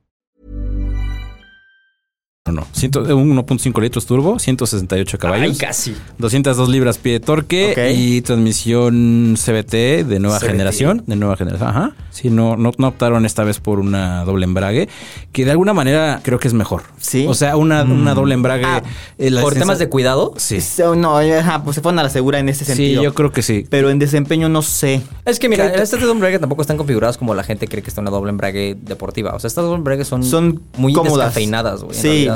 S4: No, eh, no. 100 1.5 litros turbo, 168 caballos.
S1: Ay, casi.
S4: 202 libras pie de torque
S3: Ok.
S4: y transmisión CBT de nueva
S3: CVT.
S4: generación. De nueva generación, ajá. Sí, no, no, no optaron esta vez por una doble embrague, que de alguna manera creo que es mejor.
S3: Sí.
S4: O sea, una, una doble embrague.
S1: Ah,
S4: eh, la
S1: por
S4: sensa-
S1: temas de cuidado.
S4: Sí.
S3: So, no, ajá, pues se fueron a la segura en ese
S4: Sí,
S3: sentido.
S4: yo creo que sí.
S3: Pero en desempeño no sé.
S1: Es que mira, estas de doble embrague tampoco están configuradas como la gente cree que está una doble embrague deportiva. O sea, estas doble embrague son,
S3: Son
S1: muy
S3: cómodas.
S1: descafeinadas, güey. en
S3: Sí.
S1: realidad.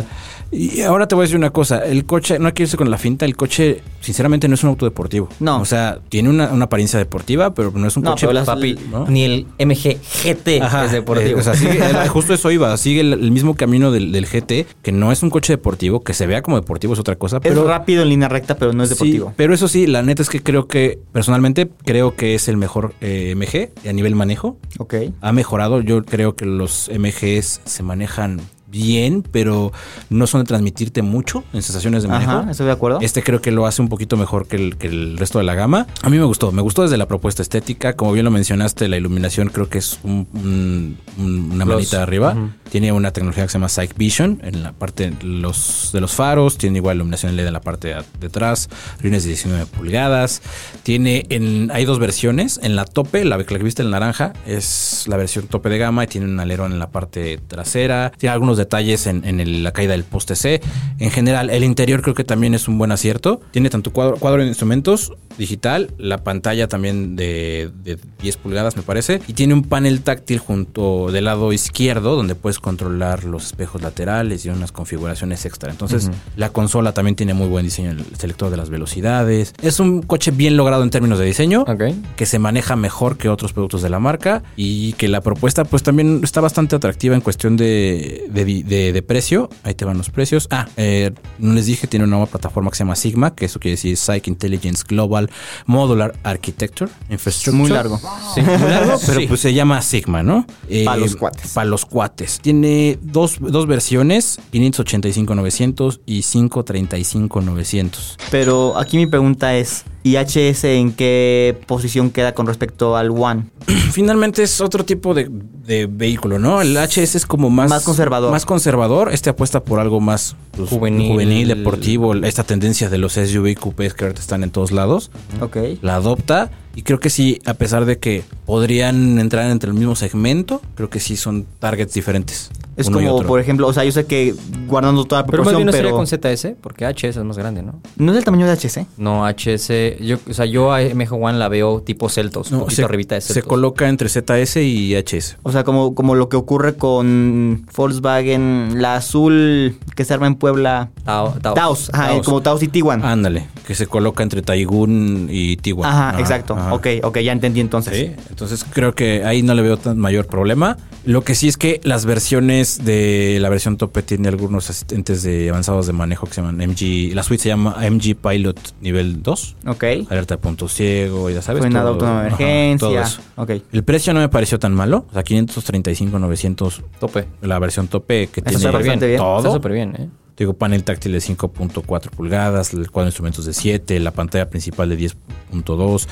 S4: Y ahora te voy a decir una cosa. El coche, no hay que irse con la finta. El coche, sinceramente, no es un auto deportivo.
S3: No.
S4: O sea, tiene una, una apariencia deportiva, pero no es un
S3: No,
S4: coche
S3: pero las-
S1: Papi,
S4: ¿no?
S1: ni el MG GT
S4: Ajá,
S1: es deportivo.
S4: eh, o sea, sigue- eh, justo eso iba. Sigue el, el mismo camino del, del GT, que no es un coche deportivo, que se vea como deportivo es otra cosa. Pero
S3: es rápido en línea recta, pero no es
S4: Sí,
S3: deportivo.
S4: pero eso sí, la neta es que creo que, personalmente, creo que es el mejor eh, MG a nivel manejo.
S3: ok.
S4: Ha mejorado. Yo creo que los MGs se manejan bien, pero no son de transmitirte mucho en sensaciones de manejo.
S3: Ajá, estoy de acuerdo.
S4: Este creo que lo hace un poquito mejor que el, que el resto de la gama. A mí me gustó, me gustó desde la propuesta estética. Como bien lo mencionaste, la iluminación creo que es un- un- un- una
S1: Plus.
S4: manita arriba. Tiene una tecnología que se llama Psych Vision en la parte de los, de los faros. Tiene igual iluminación LED en la parte de detrás. Rines de 19 pulgadas. Tiene en, hay dos versiones. En la tope, la que la que viste en naranja, es la versión tope de gama y tiene un alerón en la parte trasera. Tiene algunos detalles en, en el- la caída del poste C. En general, el interior creo que también es un buen acierto. Tiene tanto cuadro, cuadro de instrumentos digital, la pantalla también de, de 10 pulgadas, me parece. Y tiene un panel táctil junto del lado lado izquierdo, donde puedes controlar los espejos laterales y unas configuraciones extra. Entonces, la consola también tiene muy buen diseño, el selector de las velocidades. Es un coche bien logrado en términos de diseño,
S1: Ok.
S4: que se maneja mejor que otros productos de la marca y que la propuesta, pues también está bastante atractiva en cuestión de, de, de- de precio. Ahí te van los precios. Ah, eh, no les dije, tiene una nueva plataforma que se llama Sigma, que eso quiere decir Psych Intelligence Global Modular Architecture Infrastructure.
S3: Muy largo.
S4: Sí, muy largo, pero pues se llama Sigma, ¿no?
S3: Pa' los cuates.
S4: Para los cuates. Tiene dos, dos versiones, 585-900 y 535-900.
S3: Pero aquí mi pregunta es, ¿IHS en qué posición queda con respecto al One?
S4: Finalmente es otro tipo de, de vehículo, ¿no? El HS es como más...
S3: Más conservador.
S4: Más conservador. Este apuesta por algo más pues,
S1: Juvenil.
S4: deportivo. Esta tendencia de los SUV y coupés que ahorita están en todos lados.
S3: Ok.
S4: la adopta. Y creo que sí, a pesar de que podrían entrar entre el mismo segmento, creo que sí son targets diferentes.
S3: Es
S4: uno y
S3: como,
S4: otro.
S3: por ejemplo, o sea, yo sé que guardando toda la
S1: Pero más bien
S3: proporción, pero...
S1: no sería con ZS, porque HS es más grande, ¿no?
S3: ¿No es del tamaño de ¿eh? HC?
S1: No, HS. Yo, o sea, yo a MG1 la veo tipo Celtos, un
S4: No,
S1: poquito
S4: se,
S1: arribita de
S4: se
S1: Celtos.
S4: coloca entre ZS y HS.
S3: O sea, como, como lo que ocurre con Volkswagen, la azul que se arma en Puebla.
S1: Tao- Taos.
S3: Taos, ajá,
S4: Taos. Ah,
S3: como Taos y Tiguan.
S4: Ándale, que se coloca entre Taigun y Tiwa.
S3: Ajá, exacto. Ok, ok, ya entendí entonces.
S4: Sí, entonces creo que ahí no le veo tan mayor problema. Lo que sí es que las versiones de la versión tope tiene algunos asistentes de avanzados de manejo que se llaman MG. La suite se llama MG Pilot nivel 2.
S3: Ok.
S4: alerta de punto ciego, ya sabes.
S3: Frenado
S4: todo.
S3: autónomo de
S4: Ajá,
S3: emergencia.
S4: todo eso.
S3: Ok.
S4: El precio no me pareció tan malo. O sea, 535, 900,
S1: Tope.
S4: la versión tope que
S3: Está
S4: tiene
S3: bastante bien.
S1: Está
S4: todo.
S1: súper bien, ¿eh?
S4: Te Digo, panel táctil de 5.4 pulgadas, el cuadro de instrumentos de 7, la pantalla principal de 10.2.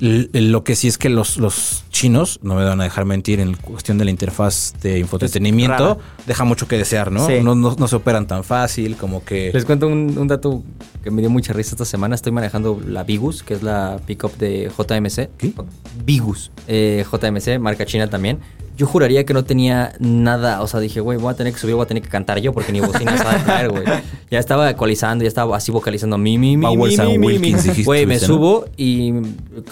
S4: L- eh, Lo que sí es que los, los chinos, no me van a dejar mentir, en cuestión de la interfaz de infotenimiento, deja mucho que desear, ¿no?
S3: Sí.
S4: No, no- no se operan tan fácil, como que...
S1: Les cuento un, un dato que me dio mucha risa esta semana. Estoy manejando la Vigus, que es la pickup de JMC.
S4: ¿Qué?
S1: Vigus. Eh, JMC, marca china también. Yo juraría que no tenía nada. O sea, dije, güey, voy a tener que subir, voy a tener que cantar yo porque ni bocina sabe traer, güey. Ya estaba ecualizando, ya estaba así vocalizando. Mi, mi, mi,
S4: Powers
S1: mi,
S4: and
S1: mi, mi,
S4: Wilkins,
S1: mi.
S4: dijiste,
S1: Güey, me
S4: ¿no?
S1: subo y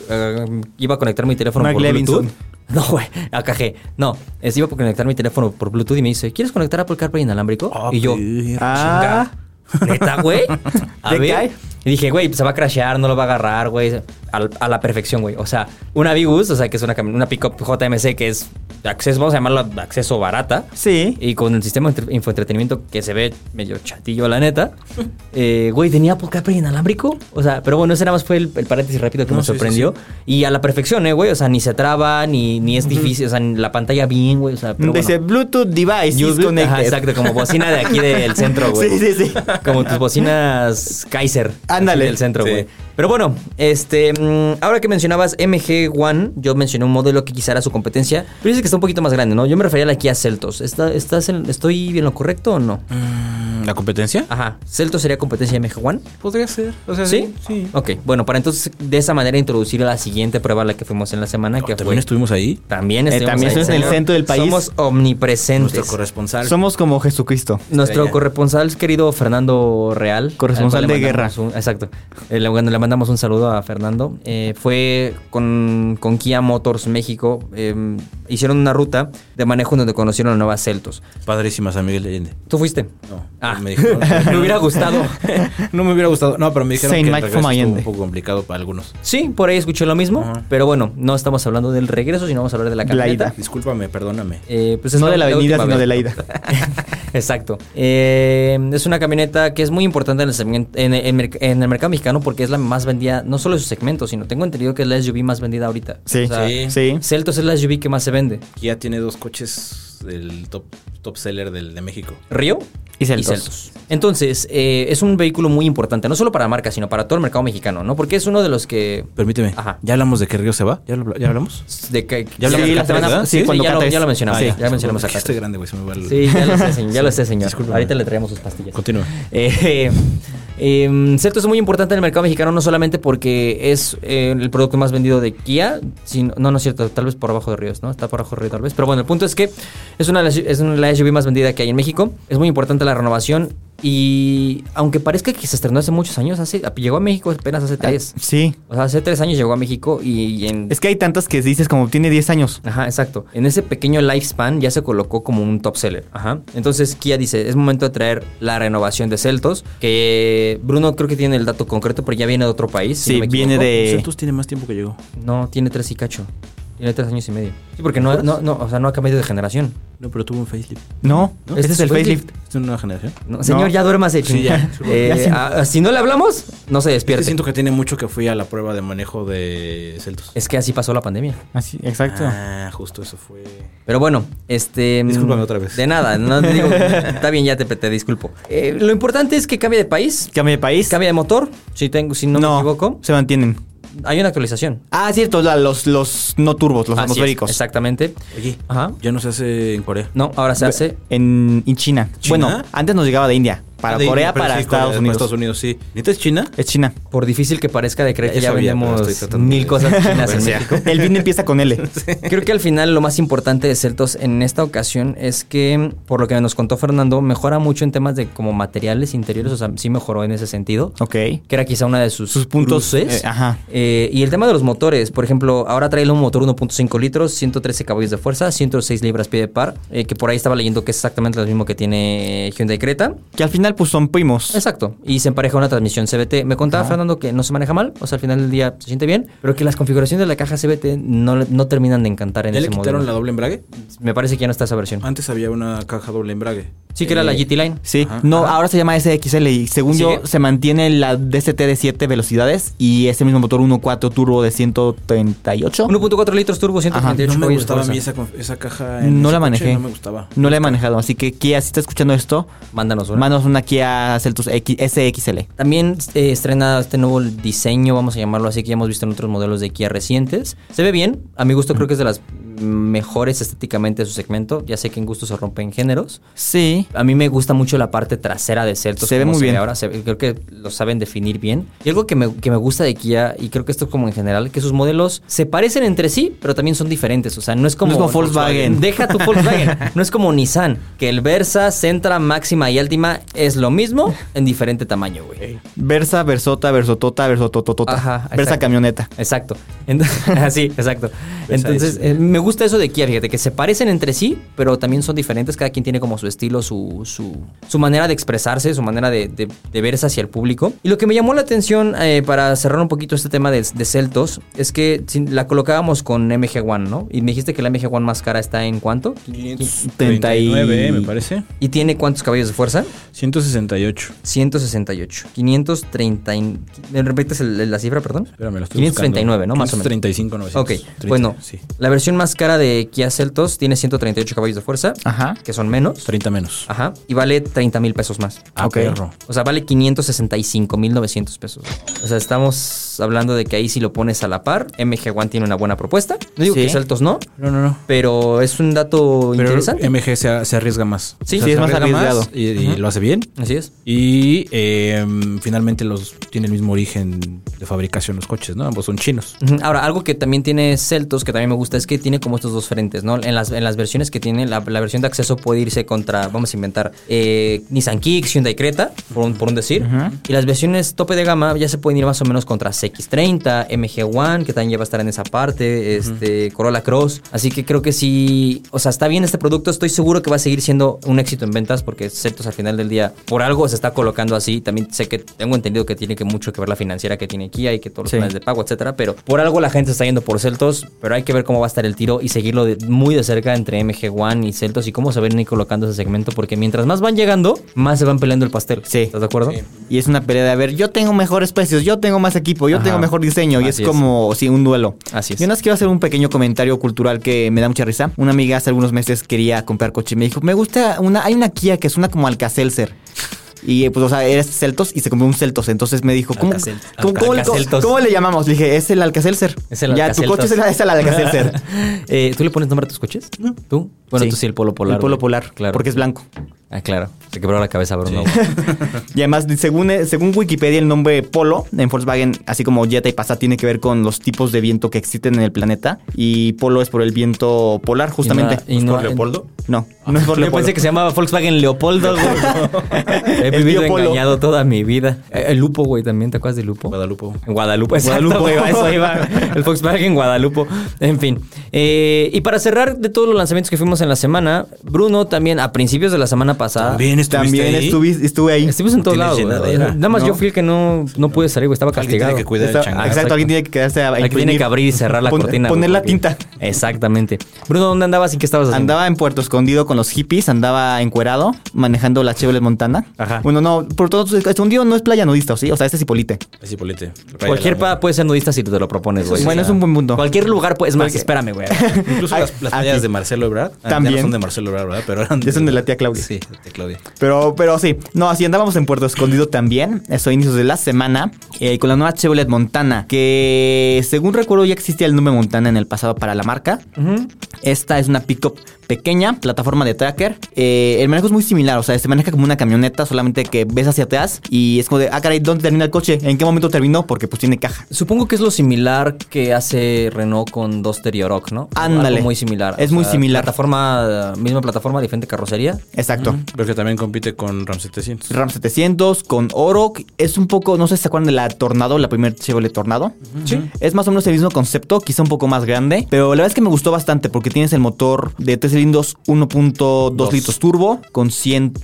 S1: eh, iba a conectar mi teléfono
S3: Mark
S1: por
S3: Levinson.
S1: Bluetooth. No, güey, acajé. No, es, iba a conectar mi teléfono por Bluetooth y me dice, ¿quieres conectar Apple CarPlay inalámbrico?
S4: Ah,
S1: y yo,
S4: pues.
S3: Ah.
S1: Chinga. Neta, güey. A
S3: ¿Te
S1: ver.
S3: cae?
S1: Y dije, güey, pues se va a crashear, no lo va a agarrar, güey. Al- A, la perfección, güey. O sea, una Vigus, o sea, que es una, cami- una pickup JMC que es acceso, vamos a llamarla acceso barata.
S3: Sí.
S1: Y con el sistema de entre- infoentretenimiento que se ve medio chatillo, la neta. Eh, Güey, tenía Apple CarPlay inalámbrico. O sea, pero bueno, ese nada más fue el, el paréntesis rápido que me sorprendió. Y a la perfección, ¿eh, güey? O sea, ni se traba, ni, ni es difícil. O sea, ni la pantalla bien, güey. O sea, pero
S3: Dice
S1: bueno.
S3: Bluetooth device
S1: Yo-
S3: is connected.
S1: Ajá, exacto, como bocina de aquí del centro, güey.
S3: Sí, sí, sí.
S1: Como tus bocinas Kaiser.
S3: Ándale.
S1: así Del centro,
S4: Sí.
S1: güey. Pero bueno, este, mm, ahora que mencionabas MG1, yo mencioné un modelo que quizá era su competencia, pero dices que está un poquito más grande, ¿no? Yo me refería a la Kia Celtos. ¿Está, estás en- ¿Estoy en lo correcto o no?
S4: Mm.
S1: "Ah,
S4: ¿La competencia?
S1: Ajá. ¿Celtos sería competencia de MG1?
S4: Podría ser. O sea,
S1: ¿Sí? Ok, bueno, para entonces de esa manera introducir a la siguiente prueba a la que fuimos en la semana, que
S4: Ah, También
S1: fue...
S4: estuvimos ahí.
S1: También, estuvimos
S3: Eh, también
S1: ahí,
S3: estuvimos en el
S1: señor.
S3: centro del país.
S1: Somos omnipresentes.
S4: Nuestro corresponsal.
S3: Somos como Jesucristo.
S1: Nuestro
S4: Estrella.
S1: corresponsal, querido Fernando Real.
S3: Corresponsal
S1: al cual le
S3: de
S1: mandamos un- exacto. Eh, le, bueno, le mandamos un saludo a Fernando. Eh, fue con, con Kia Motors México. eh, hicieron una ruta de manejo donde conocieron a Nueva Celtos.
S4: Padrísima San Miguel Allende.
S1: ¿Tú fuiste?
S4: No.
S1: Ah,
S4: Me dijeron-
S1: me hubiera gustado.
S4: no me hubiera gustado. No, pero me dijeron
S3: Saint
S4: que el
S3: Mike
S4: regreso
S3: from
S4: estuvo
S3: Allende.
S4: un poco complicado para algunos.
S1: Sí, por ahí escuché lo mismo. Pero bueno, no estamos hablando del regreso, sino vamos a hablar de la
S3: De la
S1: camioneta.
S3: ida.
S4: Discúlpame, perdóname.
S1: Eh, pues es
S3: No de la avenida,
S1: última
S3: sino
S1: vez.
S3: de la ida.
S1: Exacto. Eh, es una camioneta que es muy importante en el, segmento- en, el- en merc- en el mercado mexicano porque es la más vendida, no solo de su segmento, sino tengo entendido que es la SUV más vendida ahorita.
S3: Sí,
S1: O sea,
S3: sí.
S1: Celtos es la SUV que más se vende.
S4: Kia tiene dos coches del top, top seller del, de México.
S1: Río
S3: Y Celtos.
S1: Entonces, eh, es un vehículo muy importante, no solo para la marca, sino para todo el mercado mexicano, ¿no? Porque es uno de los que...
S4: Permíteme.
S1: Ajá.
S4: ¿Ya hablamos de que Río se va? ¿Ya, lo- ya hablamos?
S1: De que
S4: Ya hablamos
S1: sí,
S4: de
S1: la
S4: Catres,
S1: semana-
S4: ¿verdad?
S1: sí,
S4: Sí,
S1: sí,
S3: cuando
S1: ya, lo,
S3: Catres.
S1: ya lo mencionamos.
S4: Ah,
S1: ya, mencionamos a
S4: Porque Estoy
S1: Catres.
S4: grande, güey. Se me va el...
S1: Sí, ya lo sé, señor. Ya lo sé, señor.
S4: Discúlpame.
S1: Ahorita le traemos sus pastillas.
S4: Continúa.
S1: Eh, eh, Celtos es muy importante en el mercado mexicano, no solamente porque es eh, el producto más vendido de Kia, sino, no, no es cierto, tal vez por abajo de Ríos, ¿no? Está por abajo de Ríos, tal vez. Pero bueno, el punto es que es una, de las- es una de las SUV más vendida que hay en México. Es muy importante la renovación. Y aunque parezca que se estrenó hace muchos años, hace, llegó a México apenas hace tres.
S3: Sí.
S1: O sea, hace tres años llegó a México y, y en...
S3: Es que hay tantas que dices como tiene 10 años.
S1: Ajá, exacto. En ese pequeño lifespan ya se colocó como un top seller. Ajá. Entonces Kia dice, es momento de traer la renovación de Celtos, que Bruno creo que tiene el dato concreto, pero ya viene de otro país. si
S3: Sí,
S1: no me
S3: viene
S1: equivoco.
S3: de-
S4: Santos tiene más tiempo que llegó.
S1: No, tiene tres y cacho. Tiene tres años y medio. Sí, porque no, no, no, o sea, no ha cambiado de generación.
S4: No, pero tuvo un facelift.
S3: No,
S4: ¿No?
S3: este es el facelift.
S4: ¿Es una nueva generación?
S1: No, señor,
S3: No.
S1: ya duérmase.
S4: Sí,
S1: chingada.
S4: ya.
S1: Eh,
S3: Ya sí.
S1: ah, si no le hablamos, no se despierte.
S4: Siento que tiene mucho que fui a la prueba de manejo de Celtos.
S1: Es que así pasó la pandemia.
S3: Así, exacto.
S4: Ah, justo eso fue.
S1: Pero bueno, este.
S4: Discúlpame otra vez.
S1: De nada, no te digo. está bien, ya te, te disculpo. Eh, lo importante es que cambie de país,
S3: Cambia de país.
S1: cambie de motor, si, tengo, si no, me equivoco.
S3: se mantienen.
S1: Hay una actualización.
S3: Ah, cierto, la- los, los no turbos, los
S1: Así es,
S3: atmosféricos.
S1: exactamente.
S4: Oye,
S1: Ajá.
S4: ya no se hace en Corea.
S1: No, ahora se hace.
S3: En, en China.
S4: ¿China?
S3: Bueno, antes nos llegaba de India. Para
S4: Ah, de-
S3: Corea,
S4: pero
S3: para
S4: sí,
S3: Estados
S4: Corea,
S3: Unidos.
S4: Estados Unidos, sí. ¿Neta es China?
S3: Es China.
S1: Por difícil que parezca de creer que
S4: Ya
S1: ya
S4: sabía, pero estoy
S1: vendemos
S4: tratando
S1: mil
S4: de-
S1: cosas chinas en
S4: Bueno,
S1: México.
S3: El bien empieza con L.
S1: Creo que al final lo más importante de Celtos en esta ocasión es que, por lo que nos contó Fernando, mejora mucho en temas de como materiales interiores, o sea, sí mejoró en ese sentido.
S3: Ok.
S1: Que era quizá una de sus,
S3: Sus puntos,
S1: cruces.
S3: eh, ajá.
S1: Eh, y el tema de los motores, por ejemplo, ahora trae un motor 1.5 litros, 113 caballos de fuerza, 106 libras pie de par, eh, que por ahí estaba leyendo que es exactamente lo mismo que tiene Hyundai Creta.
S3: Que al final, pues son primos.
S1: Exacto. Y se empareja una transmisión CBT. Me contaba Fernando que no se maneja mal, o sea, al final del día se siente bien, pero que las configuraciones de la caja CBT no, le- no terminan de encantar en
S4: ¿Ya
S1: ese
S4: le quitaron
S1: modelo.
S4: la doble embrague?
S1: Me parece que ya no está esa versión.
S4: Antes había una caja doble embrague.
S1: Sí, que era
S4: Eh,
S1: la GT Line.
S3: Sí.
S4: Ajá.
S3: no,
S1: Ajá.
S3: ahora se llama SXL y según yo
S1: Sigue.
S3: se mantiene la DST de 7 velocidades y ese mismo motor 1.4 turbo de 138.
S1: 1.4 litros turbo, 138
S4: No me
S1: caballos de
S4: gustaba a
S1: fuerza.
S4: mí esa, conf- esa caja. en
S3: No la
S4: ese coche,
S3: manejé.
S4: No me gustaba.
S3: No la he manejado. Así que Kia, si está escuchando esto,
S1: Mándanos una.
S3: manos una Kia Celtus X- SXL.
S1: También eh, estrena este nuevo diseño, vamos a llamarlo así, que ya hemos visto en otros modelos de Kia recientes. Se ve bien, a mi gusto creo que es de las mejores estéticamente de su segmento. Ya sé que en gusto se rompen géneros.
S3: Sí.
S1: A mí me gusta mucho la parte trasera de Celtos.
S3: Se ve
S1: como
S3: muy bien.
S1: ahora, se ve- creo que lo saben definir bien. Y algo que me, que me gusta de Kia, y creo que esto como en general, que sus modelos se parecen entre sí, pero también son diferentes. O sea, no es como...
S3: No es como Volkswagen.
S1: Deja tu Volkswagen. no es como Nissan, que el Versa, Sentra, Máxima y Altima es lo mismo en diferente tamaño, güey.
S3: Versa, Versota, Versotota, Versotototota.
S1: Ajá,
S3: Versa
S1: exacto.
S3: camioneta.
S1: Exacto. Entonces, así, exacto.
S4: Pues ahí
S1: Entonces,
S4: sí.
S1: eh, me gusta eso de Kia, fíjate, que se parecen entre sí, pero también son diferentes. Cada quien tiene como su estilo, su, su, su manera de expresarse, su manera de, de- de verse hacia el público. Y lo que me llamó la atención, eh, para cerrar un poquito este tema de, de Celtos, es que si la colocábamos con MG1, ¿no? Y me dijiste que la MG1 más cara está en cuánto?
S4: 539, eh, me parece.
S1: ¿Y tiene cuántos caballos de fuerza?
S4: 168.
S1: 168. 530. y- ¿Me repites el- el- la cifra, perdón?
S4: Espérame, lo estoy
S1: 539, ¿no? Más o menos.
S4: 35, 900.
S1: Ok, bueno,
S4: Sí,
S1: la versión más cara de Kia Celtos tiene 138 caballos de fuerza,
S3: Ajá.
S1: que son menos.
S4: 30 menos.
S1: Ajá, y vale 30 mil pesos más.
S4: Ah,
S3: ok.
S4: perro.
S1: O sea, vale 565 mil 900 pesos. O sea, estamos hablando de que ahí si lo pones a la par, MG1 tiene una buena propuesta. No digo
S3: Sí.
S1: que Celtos no,
S4: No, no, no.
S1: pero es un dato
S4: Pero
S1: interesante.
S4: MG se, a- se arriesga más.
S1: Sí,
S3: sí, es
S4: se
S3: más
S4: arriesga
S3: arriesgado.
S4: y, y lo hace bien.
S1: Así es.
S4: Y eh, finalmente los tiene el mismo origen de fabricación los coches, ¿no? Ambos son chinos.
S1: Ujú. Ahora, algo que también tiene Celtos, que también me gusta, es que tiene como estos dos frentes, ¿no? En las, en las versiones que tiene, la, la versión de acceso puede irse contra, vamos a inventar, eh, Nissan Kicks, Hyundai Creta, por un, por un decir. Y las versiones tope de gama ya se pueden ir más o menos contra CX30, MG1, que también ya va a estar en esa parte, este, Corolla Cross. Así que creo que sí, o sea, está bien este producto, estoy seguro que va a seguir siendo un éxito en ventas, porque Celtos al final del día, por algo se está colocando así. También sé que tengo entendido que tiene que mucho que ver la financiera que tiene Kia y que todos los
S3: Sí.
S1: planes de pago, etcétera, pero por algo la gente se está yendo por Celtos, pero hay que ver cómo va a estar el tiro y seguirlo de- muy de cerca entre MG1 y Celtos y cómo se van a ir colocando ese segmento, porque mientras más van llegando, más se van peleando el pastel.
S3: Sí.
S1: ¿Estás de acuerdo?
S3: Y es una pelea de, a ver, yo tengo mejores precios, yo tengo más equipo, yo
S1: Ajá.
S3: tengo mejor diseño. Y
S1: Así
S3: es
S1: es.
S3: como, sí, un duelo.
S1: Así es.
S3: Yo nada más quiero hacer un pequeño comentario cultural que me da mucha risa. Una amiga hace algunos meses quería comprar coche y me dijo, me gusta una, hay una Kia que suena como Alcacelser. Y eh, pues, o sea, eres Celtos y se compró un Celtos. Entonces me dijo, ¿cómo,
S1: Alcacel-
S3: ¿cómo, cómo le-
S1: Alcaceltos.
S3: cómo le llamamos? Le dije, es el Alcacelser.
S1: Es el
S3: Ya, tu
S1: Alcaceltos.
S3: coche es el, es el Alcacelser.
S1: Eh, ¿Tú le pones nombre a tus coches? ¿Tú? Bueno,
S3: Sí.
S1: tú sí, el polo polar.
S3: El polo
S1: güey.
S3: polar,
S1: claro.
S3: porque es blanco.
S1: Ah, claro. Se quebró la cabeza, Bruno.
S3: Y además, según, eh, según Wikipedia, el nombre Polo en Volkswagen, así como Jetta y Passat, tiene que ver con los tipos de viento que existen en el planeta. Y Polo es por el viento polar, justamente.
S1: Y no- y no-
S4: ¿Por Leopoldo?
S3: No, No es por
S1: Yo pensé que se llamaba Volkswagen Leopoldo, güey. He
S3: El
S1: vivido
S3: tío Polo.
S1: engañado toda mi vida. Eh, El Lupo, güey, también, ¿te acuerdas de Lupo?
S4: Guadalupe.
S1: Pues, Guadalupe, exacto,
S3: Guadalupe.
S1: güey, a eso iba. El Volkswagen Guadalupe. En fin. Eh, y para cerrar de todos los lanzamientos que fuimos en la semana, Bruno también a principios de la semana pasada.
S4: Ah, También estuviste
S3: También
S4: ahí?
S3: estuvi- estuve ahí.
S1: Estuvimos en todos
S4: Tienes
S1: lados. güey.
S4: llenadera.
S1: Nada más
S4: No.
S1: yo fui el que no, no pude salir, güey. Estaba
S4: Alguien tiene
S1: castigado.
S4: que cuidar el
S3: Está-
S4: changarro.
S1: exacto.
S3: exacto, alguien tiene que quedarse a
S1: Alguien tiene
S3: imprimir.
S1: que abrir y cerrar la
S3: Pon-
S1: cortina.
S3: Poner
S1: güey,
S3: la
S1: porque-
S3: tinta.
S1: Exactamente. Bruno, ¿dónde andabas y qué estabas haciendo?
S3: Andaba en Puerto Escondido con los hippies, andaba encuerado, manejando la Chevrolet Montana.
S1: Ajá.
S3: Bueno, no, Puerto Escondido no es playa nudista, ¿sí? O sea, este es Hipólite.
S4: Así, polite.
S1: Cualquier peda puede ser nudista si te lo propones, güey.
S3: Bueno, es un buen punto.
S1: Cualquier lugar, pues, es más,
S3: Cualquier-
S1: espérame, güey.
S4: Incluso
S3: Ay,
S4: las, las
S3: aquí.
S4: playas de Marcelo Ebrard. ah, ya
S3: También.
S4: no son de Marcelo Ebrard, ¿verdad? Pero eran
S3: Ya son de la tía Claudia.
S4: Sí, de Claudia.
S3: Pero, pero sí, no, así andábamos en Puerto Escondido también, eso a inicios de la semana, eh, con la nueva Chevrolet Montana, que según recuerdo ya existía el nombre Montana en el pasado para la marca. Esta es una pickup pequeña, plataforma de tracker. Eh, el manejo es muy similar, o sea, se maneja como una camioneta, solamente que ves hacia atrás y es como de, ah, caray, ¿dónde termina el coche? ¿En qué momento terminó? Porque pues tiene caja.
S1: Supongo que es lo similar que hace Renault con Duster y Oroch, ¿no?
S3: Ándale.
S1: Algo muy similar.
S3: Es muy similar.
S1: Plataforma, misma plataforma, diferente carrocería.
S3: Exacto.
S4: Pero que también compite con RAM 700.
S3: Ram 700 con Oroc. Es un poco, no sé si se acuerdan de la Tornado, la primera Chevrolet Tornado. Sí. Es más o menos el mismo concepto, quizá un poco más grande. Pero la verdad es que me gustó bastante porque tienes el motor de tres cilindros 1.2
S4: Dos.
S3: litros turbo con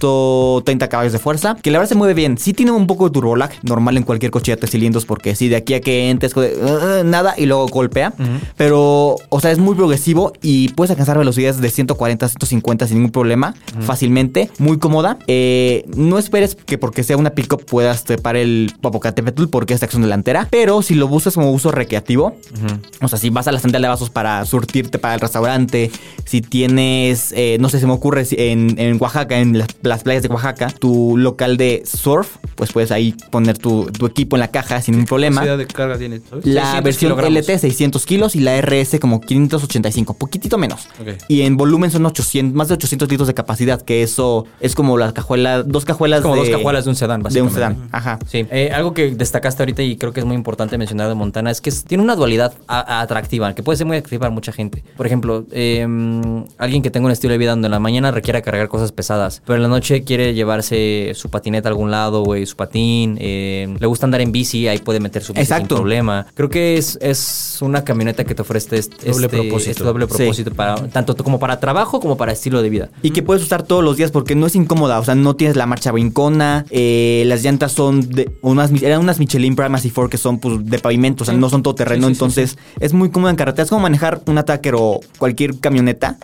S3: 130 caballos de fuerza. Que la verdad se mueve bien. Sí tiene un poco de turbo lag, normal en cualquier coche de tres cilindros porque si de aquí a que entres, co- eh, nada y luego golpea. Pero, o sea, es muy progresivo y puedes alcanzar velocidades de 140 150 sin ningún problema, fácilmente, muy cómoda. Eh, no esperes que porque sea una pick-up puedas trepar el Popocatépetl porque es de acción delantera, pero si lo buscas como uso recreativo, o sea, si vas a la central de vasos para surtirte para el restaurante, si tienes, eh, no sé, se me ocurre si en, en Oaxaca, en las, las playas de Oaxaca, tu local de surf, pues puedes ahí poner tu, tu equipo en la caja sin ningún problema.
S4: ¿Qué de carga tiene? ¿sabes?
S3: La
S1: 600
S3: versión
S1: kilogramos.
S3: LT 600 kilos y la RS como 585, poquitito menos.
S4: Ok.
S3: Y en volumen son 800, más de 800 litros de capacidad, que eso es como las cajuelas, dos cajuelas
S1: Es como
S3: de,
S1: dos cajuelas de un sedán,
S3: de un
S1: básicamente.
S3: sedán. Ajá.
S1: Sí, Eh, algo que destacaste ahorita y creo que es muy importante mencionar de Montana es que es- tiene una dualidad a- atractiva, que puede ser muy atractiva para mucha gente. Por ejemplo, eh, alguien que tenga un estilo de vida donde en la mañana requiere cargar cosas pesadas, pero en la noche quiere llevarse su patineta a algún lado, güey, su patín, eh, le gusta andar en bici, ahí puede meter su bici
S3: Exacto.
S1: sin problema. Creo que es, es una camioneta que te ofrece este,
S4: Doble
S1: este-
S4: propósito.
S1: este doble
S3: Sí.
S1: propósito, para, tanto como para trabajo como para estilo de vida.
S3: Y que puedes usar todos los días porque no es incómoda, o sea, no tienes la marcha brincona, eh, las llantas son de unas, eran unas Michelin Primacy 4 que son pues, de pavimento, o sea, no son todo terreno,
S1: Sí, sí, sí,
S3: entonces es muy cómoda en carretera, es como manejar un Attacker o cualquier camioneta,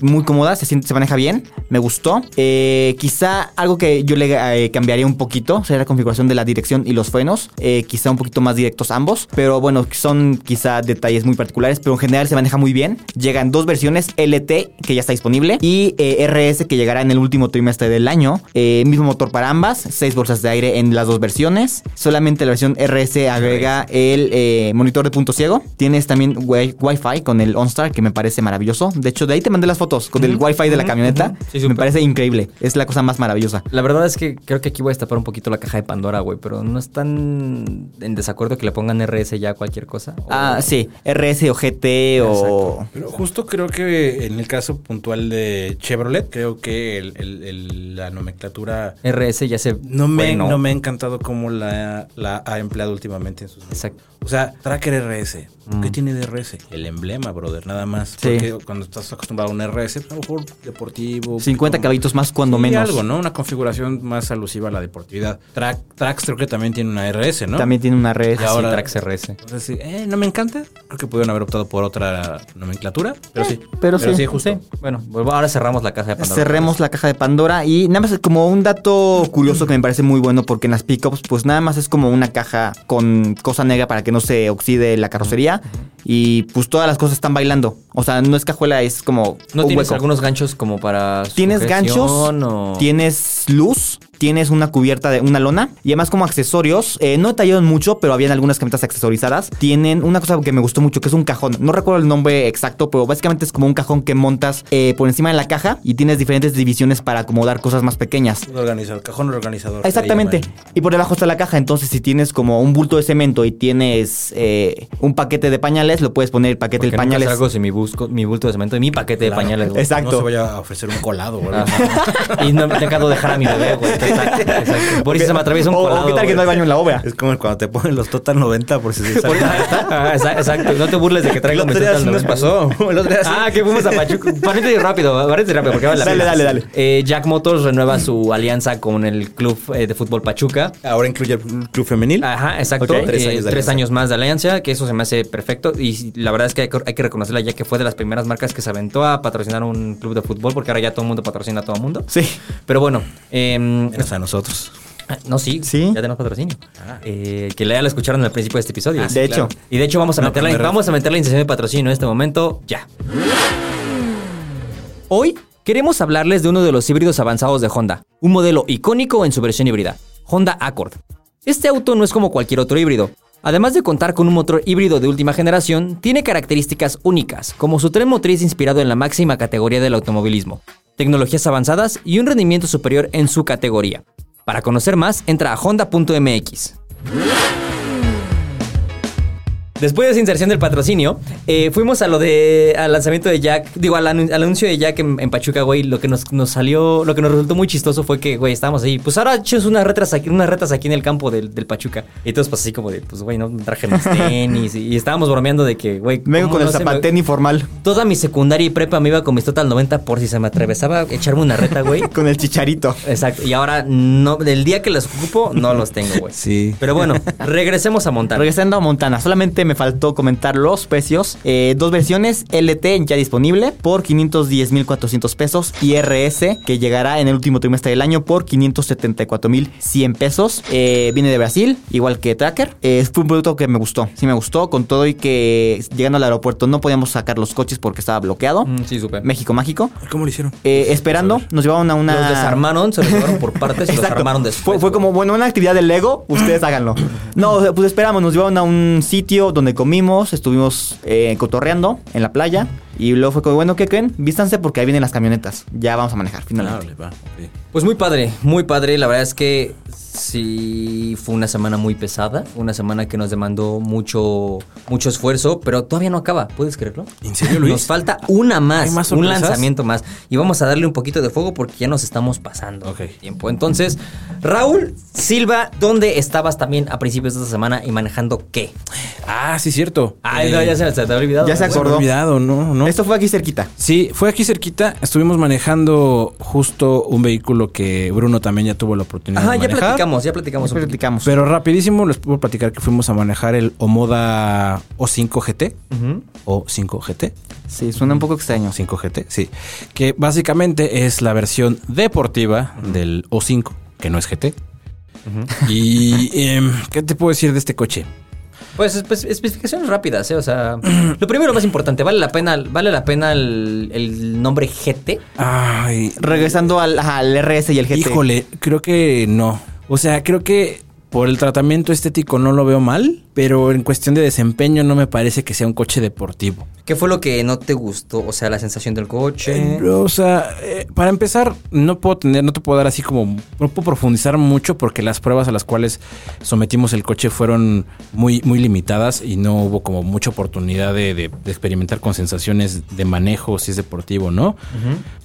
S3: muy cómoda, se, siente- se maneja bien, me gustó. Eh, quizá algo que yo le eh, cambiaría un poquito sería la configuración de la dirección y los frenos, eh, quizá un poquito más directos ambos, pero bueno, son quizá detalles muy particulares, pero en general se maneja muy bien. Llegan dos versiones, LT, que ya está disponible, y eh, RS, que llegará en el último trimestre del año. Eh, mismo motor para ambas, seis bolsas de aire en las dos versiones. Solamente la versión RS agrega el eh, monitor de punto ciego. Tienes también wi- Wi-Fi con el OnStar, que me parece maravilloso. De hecho, de ahí te mandé las fotos con el Wi-Fi de la camioneta.
S1: Sí,
S3: me
S1: súper.
S3: parece increíble. Es la cosa más maravillosa.
S1: La verdad es que creo que aquí voy a destapar un poquito la caja de Pandora, güey, pero no están en desacuerdo que le pongan RS ya a cualquier cosa. ¿O-
S3: Ah, sí, RS o GT o...
S4: Pero justo creo que en el caso puntual de Chevrolet, creo que el- el- el- la nomenclatura...
S1: RS ya se.
S4: No me,
S1: bueno,
S4: no me ha encantado cómo la, la ha empleado últimamente en sus...
S1: Exacto.
S4: O sea, Tracker RS. ¿Qué tiene de RS? El emblema, brother, nada más.
S3: Mm. Sí.
S4: Porque cuando estás acostumbrado a un RS, a lo mejor deportivo...
S3: 50
S4: como-
S3: caballitos más cuando
S4: Sí,
S3: menos.
S4: algo, ¿no? Una configuración más alusiva a la deportividad. Track, Trax creo que también tiene una RS, ¿no?
S3: También tiene una red.
S4: Y ahora-
S1: Trax RS.
S4: Entonces, sí, eh, no me encanta. Creo que pudieron haber optado por otra nomenclatura, pero sí.
S3: pero sí.
S4: justo.
S1: Bueno, vuelvo- ahora cerramos la caja de Pandora.
S3: Cerremos la caja de Pandora y nada más como un dato curioso que me parece muy bueno porque en las pickups pues nada más es como una caja con cosa negra para que no se oxide la carrocería y pues todas las cosas están bailando. O sea, no es cajuela, es como
S1: ¿No
S3: un
S1: tienes
S3: hueco.
S1: algunos ganchos como para.
S3: Tienes ganchos,
S1: sujeción o-
S3: tienes luz, tienes una cubierta de una lona y además como accesorios, eh, no detallaron mucho, pero habían algunas camisetas accesorizadas. Tienen una cosa que me gustó mucho, que es un cajón. No recuerdo el nombre exacto, pero básicamente es como un cajón que montas eh, por encima de la caja y tienes diferentes divisiones para acomodar cosas más pequeñas.
S4: Un organizador, cajón organizador.
S3: Exactamente.
S4: Le llaman.
S3: Y por debajo está la caja. Entonces, si tienes como un bulto de cemento y tienes eh, un paquete de pañales, lo puedes poner el paquete
S1: Porque
S3: de
S1: nunca
S3: pañales.
S1: salgo sin mi, busco, mi bulto de cemento y mi paquete de pañales. güey.
S3: Exacto.
S4: No se vaya a ofrecer un colado, güey.
S1: Ajá. Y no me acabo de dejar a mi bebé, güey. Exacto, exacto. Por eso se me atraviesa un
S3: O-
S1: colado.
S3: O, qué tal que
S1: güey.
S3: no hay baño en la obra.
S4: Es como cuando te ponen los Total 90 por si se sale.
S1: Ah, exa- Exacto, no te burles de que traigo
S4: El
S1: mi
S4: otro día
S1: sota al
S4: sí nos
S1: noventa.
S4: pasó. El otro día sí.
S1: Ah, que fuimos a Pachuca. Paréntesis rápido, paréntesis rápido, porque vale la
S3: Dale,
S1: pena.
S3: dale, dale.
S1: Eh, Jack Motors renueva su alianza con el club eh, de fútbol Pachuca.
S4: Ahora incluye el club femenil.
S1: Ajá, exacto.
S4: Ok. Tres
S1: Eh,
S4: años de
S1: tres
S4: alianza.
S1: años más de alianza, que eso se me hace perfecto. Y la verdad es que hay, que hay que reconocerla ya que fue de las primeras marcas que se aventó a patrocinar un club de fútbol, porque ahora ya todo el mundo patrocina a todo el mundo.
S3: Sí.
S1: Pero bueno, em,
S4: Menos a nosotros.
S1: no, sí,
S3: Sí.
S1: ya tenemos patrocinio. Eh, que ya la escucharon al principio de este episodio.
S3: Ah, sí, De claro. hecho.
S1: Y de hecho vamos a,
S4: No,
S1: meterla,
S4: pero me ref-
S1: vamos a meter la iniciativa de patrocinio en este momento ya. Hoy queremos hablarles de uno de los híbridos avanzados de Honda, un modelo icónico en su versión híbrida, Honda Accord. Este auto no es como cualquier otro híbrido. Además de contar con un motor híbrido de última generación, tiene características únicas, como su tren motriz inspirado en la máxima categoría del automovilismo, tecnologías avanzadas y un rendimiento superior en su categoría. Para conocer más, entra a honda.mx. Después de esa inserción del patrocinio, eh, fuimos a lo de al lanzamiento de Jack, digo, al, anun- al anuncio de Jack en, en Pachuca, güey. Lo que nos, nos salió, lo que nos resultó muy chistoso fue que, güey, estábamos ahí. Pues ahora echemos unas retas aquí, unas retas aquí en el campo del, del Pachuca. Y todos pues así como de, pues, güey, no traje mis tenis. y, y estábamos bromeando de que, güey,
S3: Vengo
S1: ¿cómo
S3: con el
S1: no se me-
S3: zapatén informal.
S1: Toda mi secundaria y prepa me iba con mis total 90 por si se me atravesaba echarme una reta, güey.
S3: Con el chicharito.
S1: Exacto. Y ahora no, del día que las ocupo, no los tengo, güey.
S4: Sí.
S1: Pero bueno, regresemos a montar.
S3: Regresando a Montana, solamente me faltó comentar los precios. Eh, dos versiones, LT ya disponible por 510.400 pesos y RS que llegará en el último trimestre del año por 574.100 pesos. Eh, viene de Brasil, igual que Tracker. Eh, fue un producto que me gustó, sí me gustó, con todo y que llegando al aeropuerto no podíamos sacar los coches porque estaba bloqueado.
S1: Mm, sí, súper.
S3: México Mágico.
S4: ¿Cómo lo hicieron?
S3: Eh, esperando, nos llevaron a una...
S1: Los desarmaron, se los llevaron por partes y los
S3: Exacto.
S1: armaron después.
S3: Fue, fue como, bueno, una actividad de Lego, ustedes háganlo. No, o sea, pues esperamos, nos llevaron a un sitio donde comimos, estuvimos eh, cotorreando en la playa y luego fue como, bueno, ¿qué creen? Vístanse porque ahí vienen las camionetas, ya vamos a manejar finalmente.
S4: Dale, Ah, va. ok.
S1: Pues muy padre, muy padre. La verdad es que sí fue una semana muy pesada, una semana que nos demandó mucho, mucho esfuerzo, pero todavía no acaba. ¿Puedes creerlo?
S4: ¿En serio, Luis?
S1: Nos falta una más,
S4: ¿Hay más
S1: un
S4: sorpresas?
S1: lanzamiento más. Y vamos a darle un poquito de fuego porque ya nos estamos pasando
S4: Ok.
S1: de tiempo. Entonces, Raúl Silva, ¿dónde estabas también a principios de esta semana y manejando qué?
S4: Ah, sí, cierto.
S1: Ay,
S4: Eh,
S1: no, ya se, se te había olvidado.
S3: Ya se
S1: ¿no?
S3: acordó.
S4: me había olvidado, no, no.
S3: Esto fue aquí cerquita.
S4: Sí, fue aquí cerquita. Estuvimos manejando justo un vehículo que Bruno también ya tuvo la oportunidad
S1: Ajá,
S4: de
S1: ya
S4: manejar.
S1: platicamos, ya platicamos. un poquito.
S3: Platicamos.
S4: Pero rapidísimo les puedo platicar que fuimos a manejar el Omoda O5 GT.
S1: Ujú.
S4: O5 GT.
S3: Sí, suena un poco extraño. Sí.
S4: 5 GT, sí. Que básicamente es la versión deportiva del O5, que no es GT. Y em, ¿qué te puedo decir de este coche?
S1: Pues, espe- especificaciones rápidas, ¿eh? O sea, lo primero más importante, ¿vale la pena, vale la pena el, el nombre GT?
S4: Ay,
S3: Regresando al, al RS y el GT.
S4: Híjole, creo que no. O sea, creo que por el tratamiento estético no lo veo mal, pero en cuestión de desempeño no me parece que sea un coche deportivo.
S1: ¿Qué fue lo que no te gustó? O sea, la sensación del coche.
S4: Eh, O sea, eh, para empezar, no puedo tener, no te puedo dar así como, no puedo profundizar mucho porque las pruebas a las cuales sometimos el coche fueron muy, muy limitadas y no hubo como mucha oportunidad de, de- de experimentar con sensaciones de manejo, si es deportivo o no.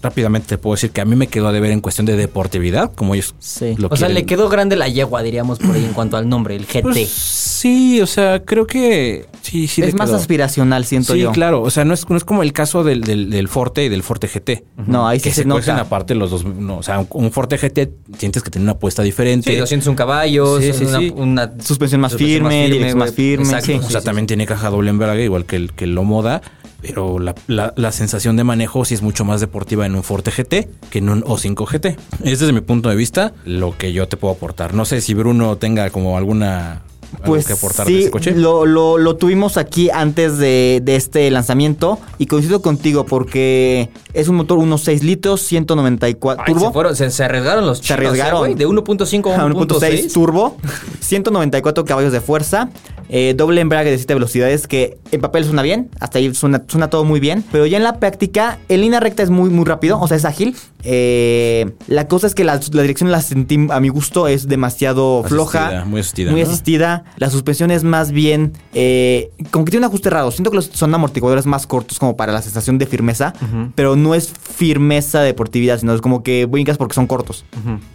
S4: Rápidamente te puedo decir que a mí me quedó de ver en cuestión de deportividad, como ellos
S3: Sí.
S4: lo
S1: o sea,
S4: quieren.
S1: le quedó grande la yegua, diríamos por ahí, en cuanto al nombre, el GT.
S4: Pues, sí, o sea, creo que sí, sí.
S3: es
S4: le
S3: más
S4: quedó.
S3: aspiracional, siento
S4: Sí,
S3: yo.
S4: claro. O sea, no es, no es como el caso del, del, del Forte y del Forte GT.
S3: No, ahí sí
S4: que
S3: se
S4: se cuecen
S3: nota.
S4: aparte los dos. no, o sea, un, un Forte GT sientes que tiene una apuesta diferente.
S1: sí, 201 caballos,
S4: Sí, sí,
S1: una,
S4: sí.
S1: una-
S3: Suspensión más
S1: Suspensión
S3: firme, dirección más
S1: güey.
S3: firme, sí.
S4: o sea, también tiene caja doble embrague, igual que el que lo moda. Pero la, la- la sensación de manejo sí es mucho más deportiva en un Forte GT que en un O5 GT. Es desde mi punto de vista lo que yo te puedo aportar. No sé si Bruno tenga como alguna algo
S3: Pues
S4: que aportar
S3: sí,
S4: de ese coche?
S3: Lo, lo- lo tuvimos aquí antes de, de este lanzamiento y coincido contigo porque es un motor unos 6 litros, 194
S1: Ay,
S3: turbo.
S1: Se, fueron, se, se arriesgaron los
S3: Se
S1: chicos,
S3: arriesgaron.
S1: ¿eh, güey? De 1.5
S3: a
S1: a
S3: 1.6
S1: 1.6.
S3: turbo, 194 caballos de fuerza, eh, doble embrague de 7 velocidades que en papel suena bien, hasta ahí suena, suena todo muy bien, pero ya en la práctica en línea recta es muy muy rápido, o sea es ágil. Eh, la cosa es que la, la dirección la sentí a mi gusto es demasiado floja,
S4: Asistida, muy asistida,
S3: muy
S4: ¿no?
S3: asistida. La suspensión es más bien eh, como que tiene un ajuste raro. Siento que los, son amortiguadores más cortos como para la sensación de firmeza, pero no es firmeza deportividad, sino es como que brincas porque son cortos.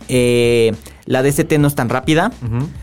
S3: Eh, la DST no es tan rápida.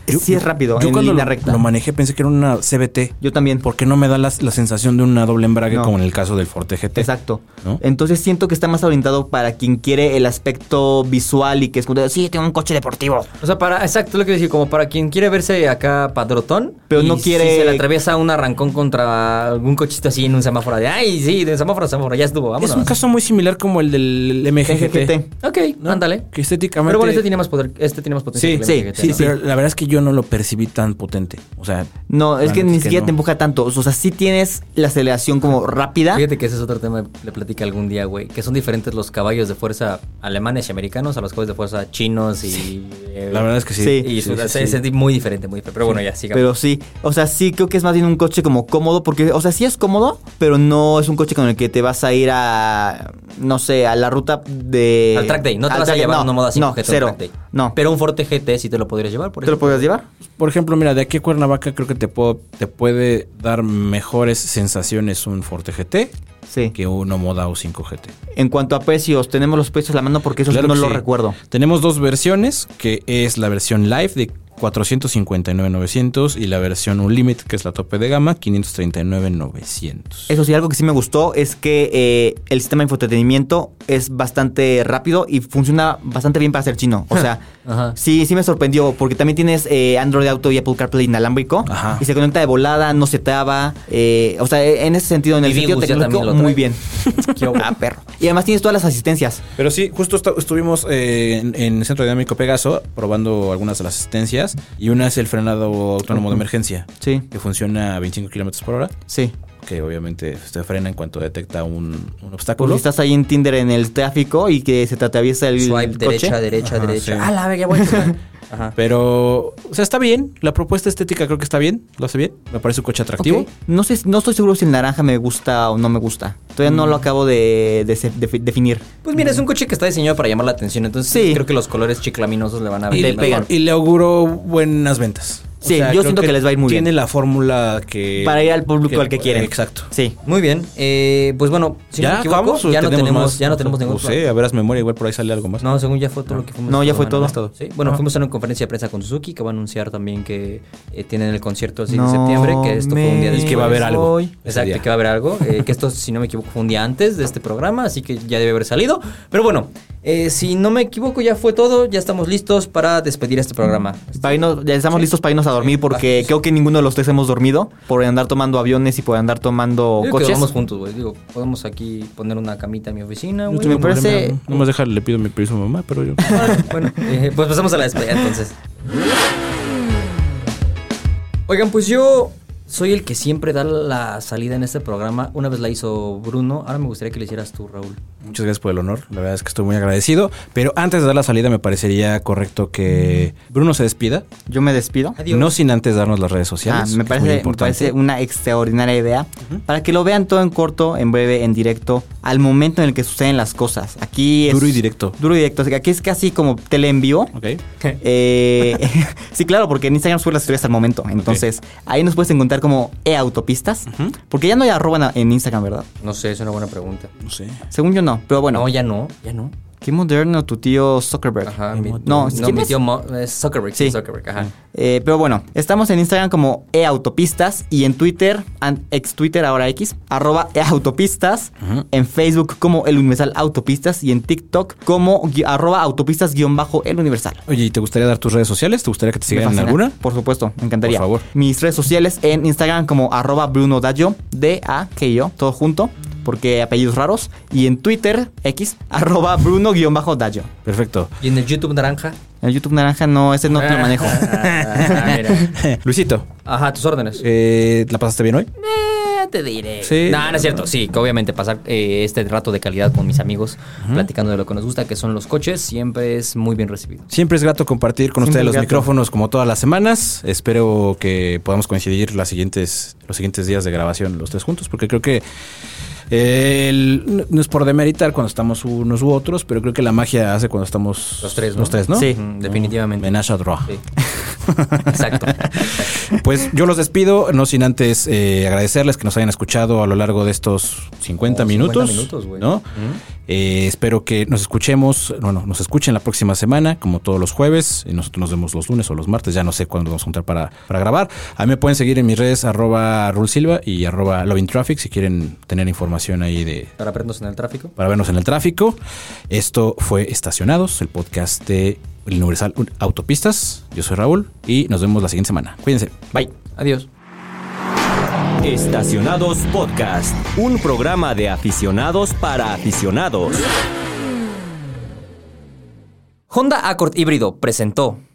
S3: Sí es rápido.
S4: Yo
S3: en
S4: cuando
S3: línea
S4: lo,
S3: recta.
S4: lo manejé pensé que era una CBT.
S3: Yo también.
S4: Porque no me da la, la sensación de una doble embrague
S3: No.
S4: como en el caso del Forte GT.
S3: Exacto.
S4: ¿No?
S3: Entonces siento que está más orientado para quien quiere el aspecto visual y que es como, sí, tengo un coche deportivo.
S1: O sea, para, exacto, lo que iba a decir, como para quien quiere verse acá padrotón.
S3: Pero
S1: y
S3: no quiere-
S1: Si se le atraviesa un arrancón contra algún cochito así en un semáforo de, ay, sí, de semáforo a semáforo, ya estuvo, vámonos.
S4: Es un caso muy similar como el del MGGT.
S3: MGGT.
S1: Ok, ándale.
S4: Que estéticamente-
S1: Pero bueno, este tiene más poder, este tiene más potencia.
S4: Sí,
S1: que el
S3: sí,
S1: MGT,
S4: Sí,
S1: ¿no?
S4: pero la verdad es que yo no lo percibí tan potente. O sea,
S3: No, es
S4: La
S3: que
S4: neta
S3: ni
S4: es que
S3: siquiera
S4: no.
S3: te empuja tanto. O sea, sí tienes la aceleración como rápida.
S1: Fíjate que ese es otro tema que le platica algún día, güey. Que son diferentes los caballos de fuerza alemanes y americanos a los caballos de fuerza chinos y. eh,
S4: la verdad es que sí.
S3: Sí.
S1: Y
S4: Sí,
S1: o sea,
S4: sí,
S1: se-
S4: sí.
S1: se- muy diferente, muy diferente. Pero bueno, ya, sigamos.
S3: Pero sí, o sea, sí creo que es más bien un coche como cómodo, porque, o sea, sí es cómodo, pero no es un coche con el que te vas a ir a, no sé, a la ruta de...
S1: al track day, no te
S3: al
S1: vas a
S3: track day,
S1: llevar
S3: no,
S1: una moda así
S3: No,
S1: objeto al
S3: cero,
S1: track day.
S3: no.
S1: Pero un Forte GT sí te lo podrías llevar, por
S3: ¿Te lo
S1: ejemplo.
S3: podrías llevar?
S4: Por ejemplo, mira, de aquí a Cuernavaca creo que te, puedo, te puede dar mejores sensaciones un Forte GT
S3: Sí.
S4: que un Moda o 5 GT.
S3: En cuanto a precios, tenemos los precios a la mano porque eso
S4: Claro
S3: no
S4: que
S3: lo
S4: sí.
S3: recuerdo.
S4: Tenemos dos versiones, que es la versión live de 459.900 y la versión Unlimit, que es la tope de gama, 539.900.
S3: Eso sí, algo que sí me gustó es que eh, el sistema de infoentretenimiento es bastante rápido y funciona bastante bien para ser chino. O sea,
S1: Ajá.
S3: sí, sí me sorprendió porque también tienes eh, Android Auto y Apple CarPlay inalámbrico
S4: Ajá.
S3: y se conecta de volada, no se traba. eh, o sea, en ese sentido, en el
S1: Y
S3: sentido
S1: Bingus ya
S3: tecnológico,
S1: también lo
S3: muy
S1: trae.
S3: bien. ah, perro. Y además tienes todas las asistencias.
S4: Pero sí, justo esta- estuvimos eh, en, en el Centro Dinámico Pegaso probando algunas de las asistencias y una es el frenado autónomo de emergencia,
S3: Sí,
S4: que funciona a 25 kilómetros por hora,
S3: sí.
S4: que obviamente se frena en cuanto detecta un, un
S3: Porque
S4: obstáculo.
S3: si estás ahí en Tinder en el tráfico y que se te atraviesa el
S1: Swipe
S3: coche.
S1: derecha, derecha,
S4: Ajá,
S1: derecha.
S4: sí.
S1: Ah, la verga, bueno. Ajá.
S4: Pero, o sea, está bien. La propuesta estética creo que está bien. Lo hace bien. Me parece un coche atractivo.
S3: Ok. No sé, no estoy seguro si el naranja me gusta o no me gusta. Todavía
S4: Mm.
S3: no lo acabo de, de se- de- definir.
S1: Pues mira, es un coche que está diseñado para llamar la atención. Entonces
S3: Sí.
S1: creo que los colores chiclaminosos le van a venir
S4: le,
S1: mejor.
S4: y le auguro buenas ventas.
S3: Sí, yo
S4: creo
S3: siento que les va a ir muy
S4: Tiene
S3: bien.
S4: la fórmula que.
S3: Para ir al público
S4: Eh, que-
S3: al que quieren.
S4: Exacto.
S3: Sí.
S1: Muy bien. eh, pues bueno, si no me equivoco,
S4: acabamos o
S1: ya no tenemos,
S4: más?
S1: ya no tenemos ningún
S4: No sé, a ver, haz memoria, igual por ahí sale algo más.
S1: No, según ya fue todo lo que fuimos.
S3: No, ya
S1: esta
S3: fue
S1: semana,
S3: todo. Ah.
S1: ¿no? Sí, bueno, fuimos a una conferencia de prensa con Suzuki que va a anunciar también que eh, tienen el concierto el 6 de
S3: No
S1: septiembre, que esto fue un día
S3: me
S1: después.
S4: Y que va a haber algo
S3: voy.
S4: ese
S1: Exacto,
S4: día.
S1: que va a haber algo. eh, que esto, si no me equivoco, fue un día antes de este programa, así que ya debe haber salido. Pero bueno, eh, si no me equivoco, ya fue todo. Ya estamos listos para despedir este programa.
S3: Para irnos- ya estamos listos para irnos a dormir porque
S1: Vamos.
S3: creo que ninguno de los tres hemos dormido por andar tomando aviones y por andar tomando
S1: Yo creo que
S3: coches.
S1: vamos juntos, güey. Digo, podemos aquí poner una camita en mi oficina, güey.
S3: Me parece-
S4: No más dejar, le pido mi permiso a mamá, pero yo.
S1: bueno, eh, pues pasamos a la despedida entonces. Oigan, pues yo soy el que siempre da la salida en este programa. Una vez la hizo Bruno, ahora me gustaría que le hicieras tú, Raúl.
S4: Muchas gracias por el honor. La verdad es que estoy muy agradecido. Pero antes de dar la salida, me parecería correcto que Bruno se despida.
S3: Yo me despido.
S1: Adiós.
S4: No sin antes darnos las redes
S3: Ah,
S4: sociales.
S3: me,
S4: que es muy
S3: parece, me
S4: importante.
S3: parece una extraordinaria idea. Para que lo vean todo en corto, en breve, en directo, al momento en el que suceden las cosas. Aquí es.
S4: Duro y directo.
S3: Duro y directo. Así que Aquí es casi como teleenvío.
S4: Ok.
S3: Eh, sí, claro, porque en Instagram sube las historias al momento. Entonces, ahí nos puedes encontrar como eautopistas. Porque ya no hay arroba na- en Instagram, ¿verdad?
S1: No sé, es una buena pregunta.
S4: No sé.
S3: Según yo no, pero bueno.
S1: No, ya no, ya no.
S3: Qué moderno tu tío Zuckerberg.
S1: Ajá,
S4: Mi
S1: mi,
S4: moto.
S1: no,
S3: No,
S1: no
S3: ¿quién
S1: mi
S3: es?
S1: tío Mo- es Zuckerberg, sí,
S3: Sí.
S1: Zuckerberg, ajá.
S3: Eh, pero bueno, estamos en Instagram como eautopistas y en Twitter, an- ex Twitter ahora X, arroba eautopistas, en Facebook como el Universal Autopistas y en TikTok como gui- arroba autopistas guión bajo el Universal.
S4: Oye, ¿y te gustaría dar tus redes sociales? ¿Te gustaría que te
S3: Me
S4: sigan en
S3: fascina.
S4: alguna?
S3: Por supuesto, me encantaría.
S4: Por favor.
S3: Mis redes sociales en Instagram como arroba Bruno Dallo, D-A-K-I-O, todo junto. porque apellidos raros. Y en Twitter, X, arroba Bruno-Dayo.
S4: Perfecto.
S1: Y en el YouTube naranja.
S3: El YouTube naranja no, ese no te lo manejo.
S1: Ah, mira.
S4: Luisito,
S1: Ajá, tus órdenes.
S4: eh, ¿la pasaste bien hoy?
S1: Eh, te diré.
S4: Sí.
S1: No, no es cierto. Sí, que obviamente pasar eh, este rato de calidad con mis amigos, platicando de lo que nos gusta, que son los coches, siempre es muy bien recibido.
S4: Siempre es grato compartir con
S3: Siempre
S4: ustedes
S3: es
S4: los
S3: grato.
S4: micrófonos como todas las semanas. Espero que podamos coincidir las siguientes, los siguientes días de grabación los tres juntos, porque creo que eh, el- no- no es por demeritar cuando estamos unos u otros, pero creo que la magia hace cuando estamos
S1: Los tres, ¿no?
S4: Los tres, ¿no?
S1: Sí, definitivamente.
S4: Menage à trois.
S1: Sí. Exacto.
S4: Pues yo los despido, no sin antes eh, agradecerles que nos hayan escuchado a lo largo de estos 50
S1: Como 50
S4: minutos.
S1: Oh, minutos, güey.
S4: ¿no? Eh, espero que nos escuchemos, bueno, nos escuchen la próxima semana, como todos los jueves. Y nosotros nos vemos los lunes o los martes, ya no sé cuándo nos vamos a juntar para, para grabar. A mí me pueden seguir en mis redes, arroba rulsilva y arroba lovingtraffic si quieren tener información ahí de,
S1: Para perdernos en el tráfico.
S4: para vernos en el tráfico. Esto fue Estacionados, el podcast de Universal Autopistas. Yo soy Raúl y nos vemos la siguiente semana. Cuídense.
S1: Bye. Adiós.
S2: Estacionados Podcast, un programa de aficionados para aficionados.
S1: Honda Accord híbrido presentó